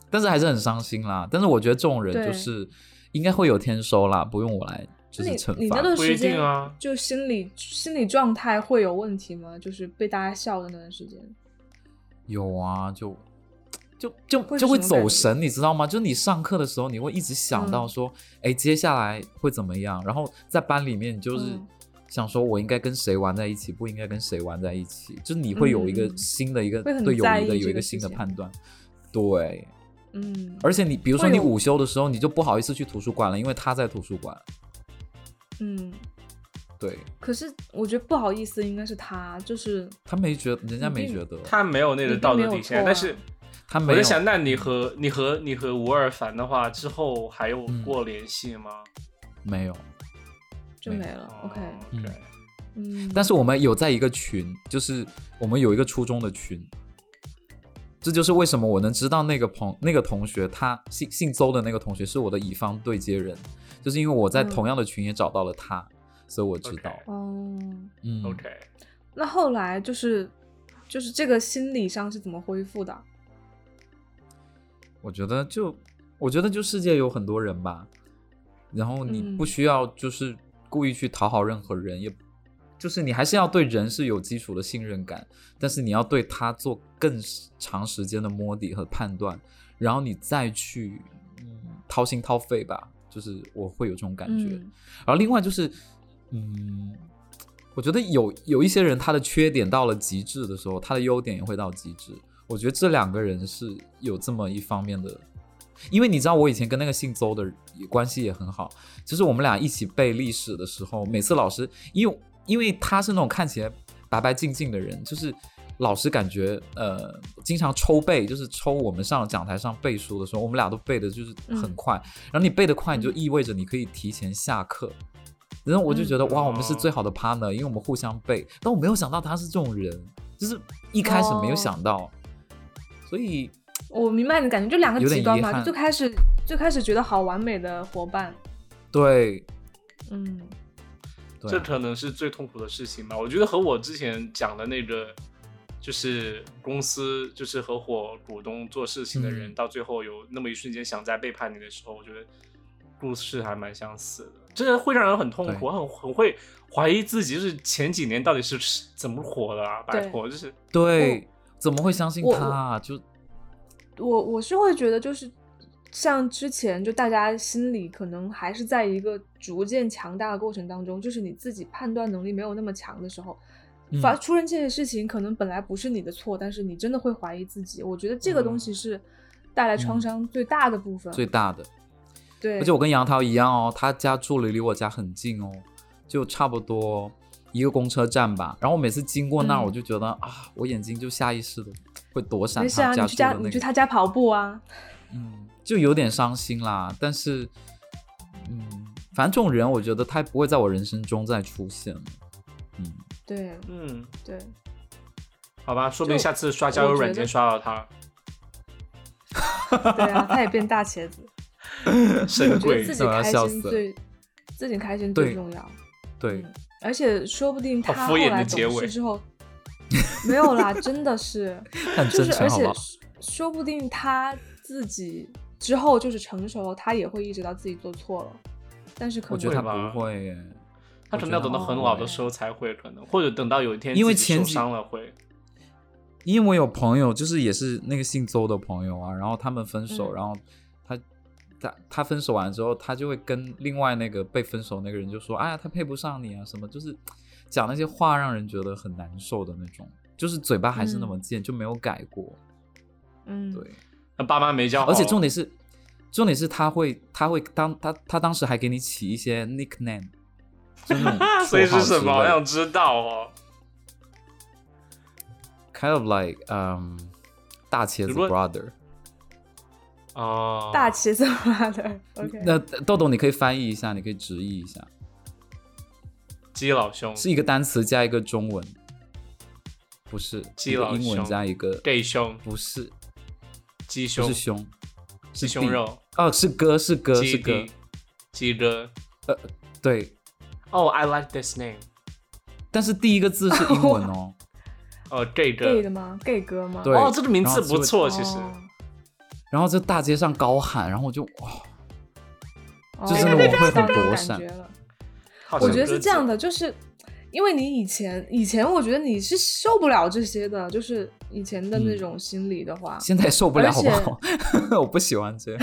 S3: 但是还是很伤心啦。但是我觉得这种人就
S2: 对
S3: 是应该会有天收啦，不用我来就
S2: 那
S3: 是
S2: 你
S3: 惩
S2: 你那
S3: 罚。
S2: 段
S1: 不
S2: 时
S1: 一
S2: 间
S1: 定啊。
S2: 就心理心理状态会有问题吗？就是被大家笑的那段时间，
S3: 有啊，就就就
S2: 会
S3: 就是会
S2: 什么感
S3: 走
S2: 觉
S3: 神，你知道吗？就你上课的时候，你会一直想到
S2: 嗯
S3: 说，哎、接下来会怎么样？然后在班里面，你就是
S2: 嗯
S3: 想说我应该跟谁玩在一起，不应该跟谁玩在一起，就是你会有一个
S2: 嗯
S3: 新的一个
S2: 会很
S3: 对友
S2: 在
S3: 谊的
S2: 意
S3: 有
S2: 这
S3: 一个
S2: 个
S3: 新
S2: 事
S3: 的
S2: 情
S3: 判断。对，
S2: 嗯
S3: 而且你比如说
S2: 会
S3: 你
S2: 有
S3: 午休的时候，你就不好意思去图书馆了，因为他在图书馆。
S2: 嗯。
S3: 对
S2: 可是我觉得不好意思，应该是他，就是
S3: 他没觉得，人家
S2: 你
S3: 没
S2: 并
S3: 觉得，
S1: 他没有那个
S2: 你并
S1: 道
S2: 没
S1: 德
S2: 有
S1: 底
S2: 错
S1: 线，
S2: 啊
S1: 但是
S3: 他
S1: 我
S3: 没有
S1: 在想，那你和你和你和吴二凡的话，之后还有
S3: 嗯
S1: 过联系吗？
S3: 没有。
S2: 就
S3: 没
S2: 没了。OK，
S1: 嗯
S3: 嗯
S2: 嗯，
S3: 但是我们有在一个群，就是我们有一个初中的群，这就是为什么我能知道那个朋那个同学，他姓姓邹的那个同学是我的乙方对接人，就是因为我在
S2: 嗯
S3: 同样的群也找到了他，所以我知道。
S1: OK
S2: 哦，
S3: 嗯
S1: OK，
S2: 那后来就是就是这个心理上是怎么恢复的？
S3: 我觉得就我觉得就世界有很多人吧，然后你
S2: 嗯
S3: 不需要就是故意去讨好任何人，也就是你还是要对人是有基础的信任感，但是你要对他做更长时间的摸底和判断，然后你再去嗯掏心掏肺吧，就是我会有这种感觉。
S2: 嗯
S3: 然后另外就是，嗯，我觉得有有一些人他的缺点到了极致的时候，他的优点也会到极致。我觉得这两个人是有这么一方面的，因为你知道我以前跟那个姓邹的人也关系也很好，就是我们俩一起背历史的时候，每次老师因为因为他是那种看起来白白净净的人，就是老师感觉呃经常抽背，就是抽我们上讲台上背书的时候，我们俩都背的就是很
S2: 嗯
S3: 快，然后你背得快，你就
S2: 嗯
S3: 意味着你可以提前下课。然后我就觉
S2: 嗯
S3: 得、哇，我们是最好的 partner，因为我们互相背。但我没有想到他是这种人，就是一开始没有
S2: 哦
S3: 想到，所以
S2: 我明白你的感觉，就两个
S3: 有点
S2: 极端
S3: 遗
S2: 嘛，
S3: 憾
S2: 就最开始最开始觉得好完美的伙伴，
S3: 对
S2: 嗯
S3: 对
S1: 这可能是最痛苦的事情吧。我觉得和我之前讲的那个，就是公司就是合伙股东做事情的人，
S3: 嗯
S1: 到最后有那么一瞬间想再背叛你的时候，我觉得故事还蛮相似的。这会让人很痛苦，
S3: 对
S1: 很很会怀疑自己，就是前几年到底是是怎么火的啊？
S2: 对
S1: 白火就是
S3: 对，怎么会相信
S2: 我
S3: 他啊？就
S2: 我我是会觉得就是像之前就大家心里可能还是在一个逐渐强大的过程当中，就是你自己判断能力没有那么强的时候，
S3: 嗯
S2: 发出人这些事情可能本来不是你的错，但是你真的会怀疑自己。我觉得这个东西是带来创伤最大的部分。
S3: 嗯最大的。
S2: 对，
S3: 而且我跟杨桃一样哦，他家住离离我家很近哦，就差不多一个公车站吧。然后我每次经过那儿，
S2: 嗯
S3: 我就觉得、啊，我眼睛就下意识的会躲闪
S2: 没事啊，
S3: 他
S2: 你
S3: 家
S2: 去
S3: 住
S2: 家
S3: 的
S2: 你
S3: 那
S2: 去
S3: 个
S2: 他家跑步啊，
S3: 嗯，就有点伤心啦。但是，嗯，反正这种人，我觉得他不会在我人生中再出现了。嗯， *laughs*
S2: 对
S1: 嗯，
S2: 对。
S1: 好吧，说不定下次刷交友软件刷到他，
S2: 对啊，他也变大茄子。
S1: 神
S2: 我觉得
S1: 鬼
S2: 自己
S3: 对啊
S2: 开
S3: 笑
S2: 心
S3: 死
S2: 最，自己开心最
S3: 对
S2: 重要。
S3: 对，
S2: 嗯而且说不定
S1: 好
S2: 他
S1: 敷
S2: 后
S1: 衍
S2: 来
S1: 的结
S2: 懂
S1: 尾
S2: 事之后，没有
S3: *laughs*
S2: 啦，真的是，
S3: 很
S2: 就
S3: 真
S2: 是
S3: 诚，
S2: 而
S3: 好
S2: 且
S3: 不好？
S2: 说不定他自己之后就是成熟了，他也会意识到自己做错了，但是可
S3: 我觉
S2: 能
S3: 得他
S1: 吧
S3: 不会耶，
S1: 他可能要等到很老的时候才会，可能或者等到有一天
S3: 因为
S1: 自己
S3: 前
S1: 受
S3: 几
S1: 伤了会，
S3: 因为我有朋友，就是也是那个姓邹的朋友啊，然后他们分手，
S2: 嗯
S3: 然后他他他分手完之后，他就会跟另外那个被分手那个人就说：“哎呀，他配不上你啊，什么就是讲那些话，让人觉得很难受的那种，就是嘴巴还是那么贱，就没有改过。
S2: 嗯，
S3: 对，
S1: 那爸妈没教好，
S3: 而且重点是，重点是他会他会当他他当时还给你起一些 nickname，就是那
S1: *laughs*
S3: 种
S1: 所以是什
S3: 绰
S1: 么？哎
S3: 号
S1: 我
S3: 之类
S1: 想
S3: 的
S1: 知道哦。
S3: kind of like 嗯、大茄子
S1: 如果
S3: brother。
S1: 哦，
S2: 大 *laughs* 茄子妈的，OK，
S3: 啊嗯那豆豆，你可以翻译一下，你可以直译一下，
S1: 基老兄、
S3: 是一个单词加一个中文，不是
S1: 基
S3: 一个
S1: 佬
S3: 英文
S1: 兄
S3: 加一个，
S1: gay 兄、
S3: 不是
S1: 鸡
S3: 不
S1: 胸
S3: 是、胸，
S1: 鸡
S3: 是
S1: 胸
S3: 弟
S1: 肉、
S3: 哦，是哥是哥
S1: 鸡
S3: 是哥
S1: 弟，、鸡哥。
S3: 对，
S1: 哦，I like this name。
S3: 但是第一个字是英文
S1: *laughs*
S3: 哦，
S1: 哦，gay
S2: gay
S1: 哥。
S2: 的吗？gay 哥吗？
S3: 对
S1: 哦，这个名字
S3: 然后就
S1: 不
S3: 会
S1: 错，其实。
S2: 哦
S3: 然后在大街上高喊，然后我就哇，
S2: 哦
S3: 就是
S1: 那种会
S2: 知道
S3: 很
S2: 那种
S3: 躲
S2: 感
S3: 闪
S2: 觉了。
S1: 好像
S2: 我觉得是这样
S1: 鸽子。
S2: 的，就是因为你以前以前，我觉得你是受不了这些的，就是以前的那
S3: 嗯
S2: 种心理的话，
S3: 现在也受不了
S2: 而
S3: 好不
S2: 且
S3: 好？我 *laughs* 不喜欢这样，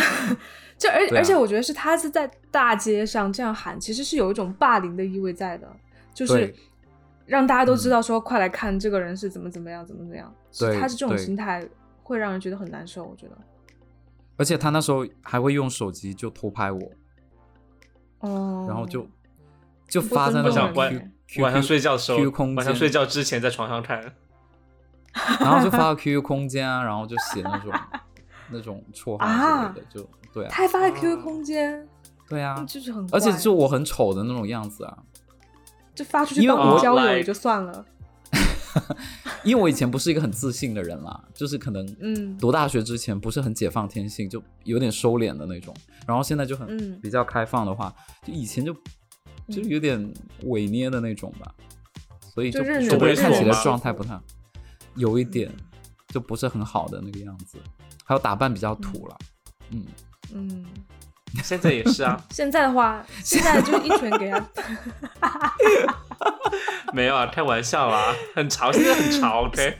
S2: 就而、
S3: 对啊
S2: 而且我觉得是他是在大街上这样喊，其实是有一种霸凌的意味在的，就是
S3: 对嗯
S2: 让大家都知道说，快来看这个人是怎么怎么样，怎么怎么样。
S3: 对
S2: 是他是这种
S3: 对
S2: 心态会让人觉得很难受，我觉得。
S3: 而且他那时候还会用手机就偷拍我，
S2: 哦，
S3: 然后就就
S2: 不
S3: 发在
S2: 尊
S3: 那
S1: 重人
S3: 种
S1: 我想
S3: Q
S2: 耶
S3: Q
S1: 晚上睡觉的时候
S3: Q 空，
S1: 晚上
S3: 间
S1: 睡觉之前在床上看。
S3: 然后就发到 QQ 空间啊，然后就写那
S2: *laughs*
S3: 种那种绰号之类的，就对啊，
S2: 他还发在
S1: 哦
S2: QQ 空间，嗯
S3: 对啊，
S2: 就是很怪，
S3: 而且就我很丑的那种样子啊，
S2: 就发出去
S3: 因为
S2: 当
S1: 我
S2: 你交友
S1: like-
S2: 也就算了，
S3: 因为我以前不是一个很自信的人啦，就是可能
S2: 嗯
S3: 读大学之前不是很解放天性，就有点收敛的那种，然后现在就很
S2: 嗯
S3: 比较开放的话，就以前就就
S2: 嗯
S3: 有点伪捏的那种吧，所以
S2: 就
S3: 就
S2: 任
S3: 整个人
S1: 人
S3: 看
S1: 猥
S3: 起
S1: 琐
S3: 来
S1: 嘛
S3: 状态不
S2: 嗯
S3: 太好，有一点就不是很好的那个样子，还有打扮比较土了，嗯。
S2: 嗯。
S1: 现在也是啊， *laughs*
S2: 现在的话，现在就一拳给他，
S1: 没有啊，开玩笑啦，很潮，现在很潮，OK。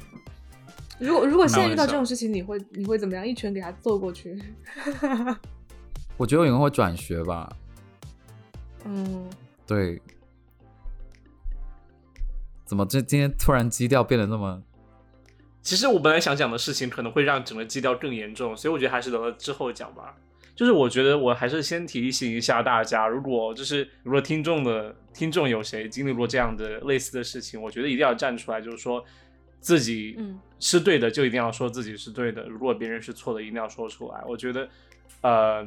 S2: 如果如
S3: *laughs*
S2: 果现在遇
S1: 开玩笑
S2: 到这种事情，你会你会怎么样？一拳给他揍过去？
S3: 我觉得我应该会转学吧，
S2: 嗯，
S3: 对。怎么这今天突然基调变得那么？
S1: 其实我本来想讲的事情可能会让整个基调更严重，所以我觉得还是留到之后讲吧。就是我觉得我还是先提醒一下大家，如果就是如果听众的听众有谁经历过这样的类似的事情，我觉得一定要站出来，就是说自己
S2: 嗯
S1: 是对的就一定要说自己是对的，如果别人是错的一定要说出来。我觉得，呃，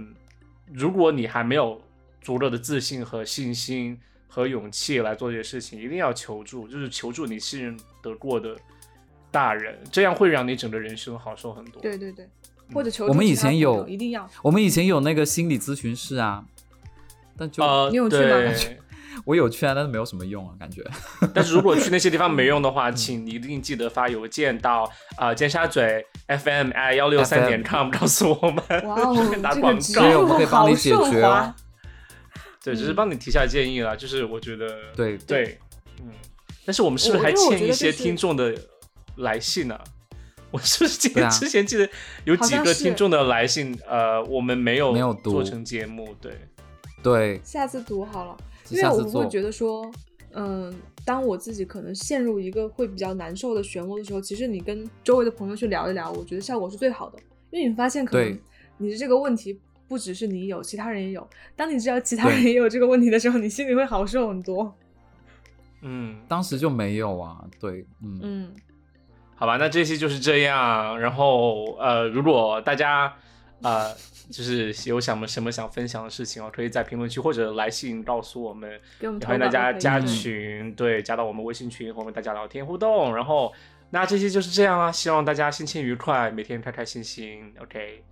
S1: 如果你还没有足够的自信和信心和勇气来做这些事情，一定要求助，就是求助你信任得过的大人，这样会让你整个人生好受很多。
S2: 对对对，或者求助
S3: 嗯我们以
S2: 其他
S3: 前
S2: 朋
S3: 有
S2: 友一定要，
S3: 我们以前有那个心理咨询室啊，但就、
S1: 呃，
S2: 你有去吗
S1: 对， *laughs*
S3: 我有去啊，但是没有什么用啊，感觉。
S1: 但是如果去那些地方没用的话，请一定记得发邮件到啊尖沙咀 FM i 幺六三点 com 告诉我们。 *laughs*
S2: 哇哦，
S1: 打
S2: 这
S1: 广告
S2: 个植
S3: 对我
S2: 入
S3: 们可以帮
S2: 好
S3: 你解
S2: 顺
S3: 决
S2: 滑
S3: 哦。
S1: 对，只是帮你提下建议啦，就是我觉得
S3: 对
S1: 对，嗯，但是我们是不是还
S2: 我因为我
S1: 欠
S2: 觉
S1: 一
S2: 得
S1: 些
S2: 就是
S1: 听众的来信啊？ *laughs* 我是不是记
S3: 对
S1: 得
S3: 啊
S1: 之前记得有几
S2: 好
S1: 个
S2: 像是
S1: 听众的来信，呃，我们没有
S3: 没有读
S1: 做成节目，对，
S3: 对，
S2: 下次读好了，因为
S3: 下
S2: 我
S3: 次
S2: 会
S3: 做。
S2: 觉得说，嗯，当我自己可能陷入一个会比较难受的漩涡的时候，其实你跟周围的朋友去聊一聊，我觉得效果是最好的，因为你发现可能
S3: 对
S2: 你的这个问题。不只是你有，其他人也有。当你知道其他
S3: 对
S2: 人也有这个问题的时候，你心里会好受很多。
S1: 嗯，
S3: 当时就没有啊，对，嗯，
S2: 嗯，
S1: 好吧，那这期就是这样。然后呃，如果大家呃就是有什么什么想分享的事情哦，可以在评论区或者来信告诉我们。
S2: 给我们
S1: 也
S2: 投
S1: 欢迎大家
S2: 稿都可以
S1: 加
S3: 嗯
S1: 群，对，加到我们微信群和我们大家聊天互动。然后，那这期就是这样啊，希望大家心情愉快，每天开开心心，OK，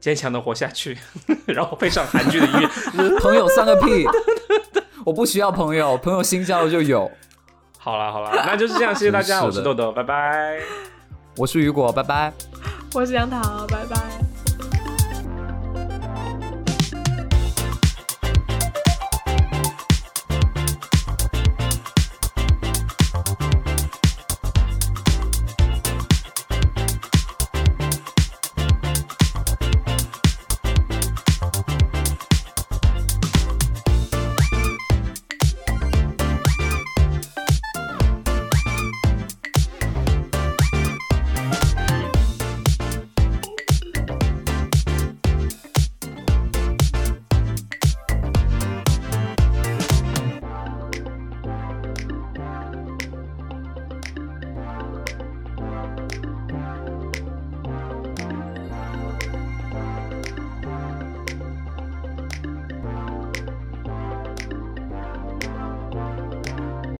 S1: 坚强的活下去， *laughs* 然后配上韩剧的音
S2: 嗯
S1: 乐。 *laughs*
S3: 朋友算个
S2: *laughs*
S3: 屁，我不需要朋友，朋友新交的就有。
S1: 好了好了，那就是这样，谢谢大家，
S3: 真是的
S1: 我是豆豆，拜拜。
S2: 嗯
S3: 我是雨果，拜拜。
S2: 我是杨桃，拜拜。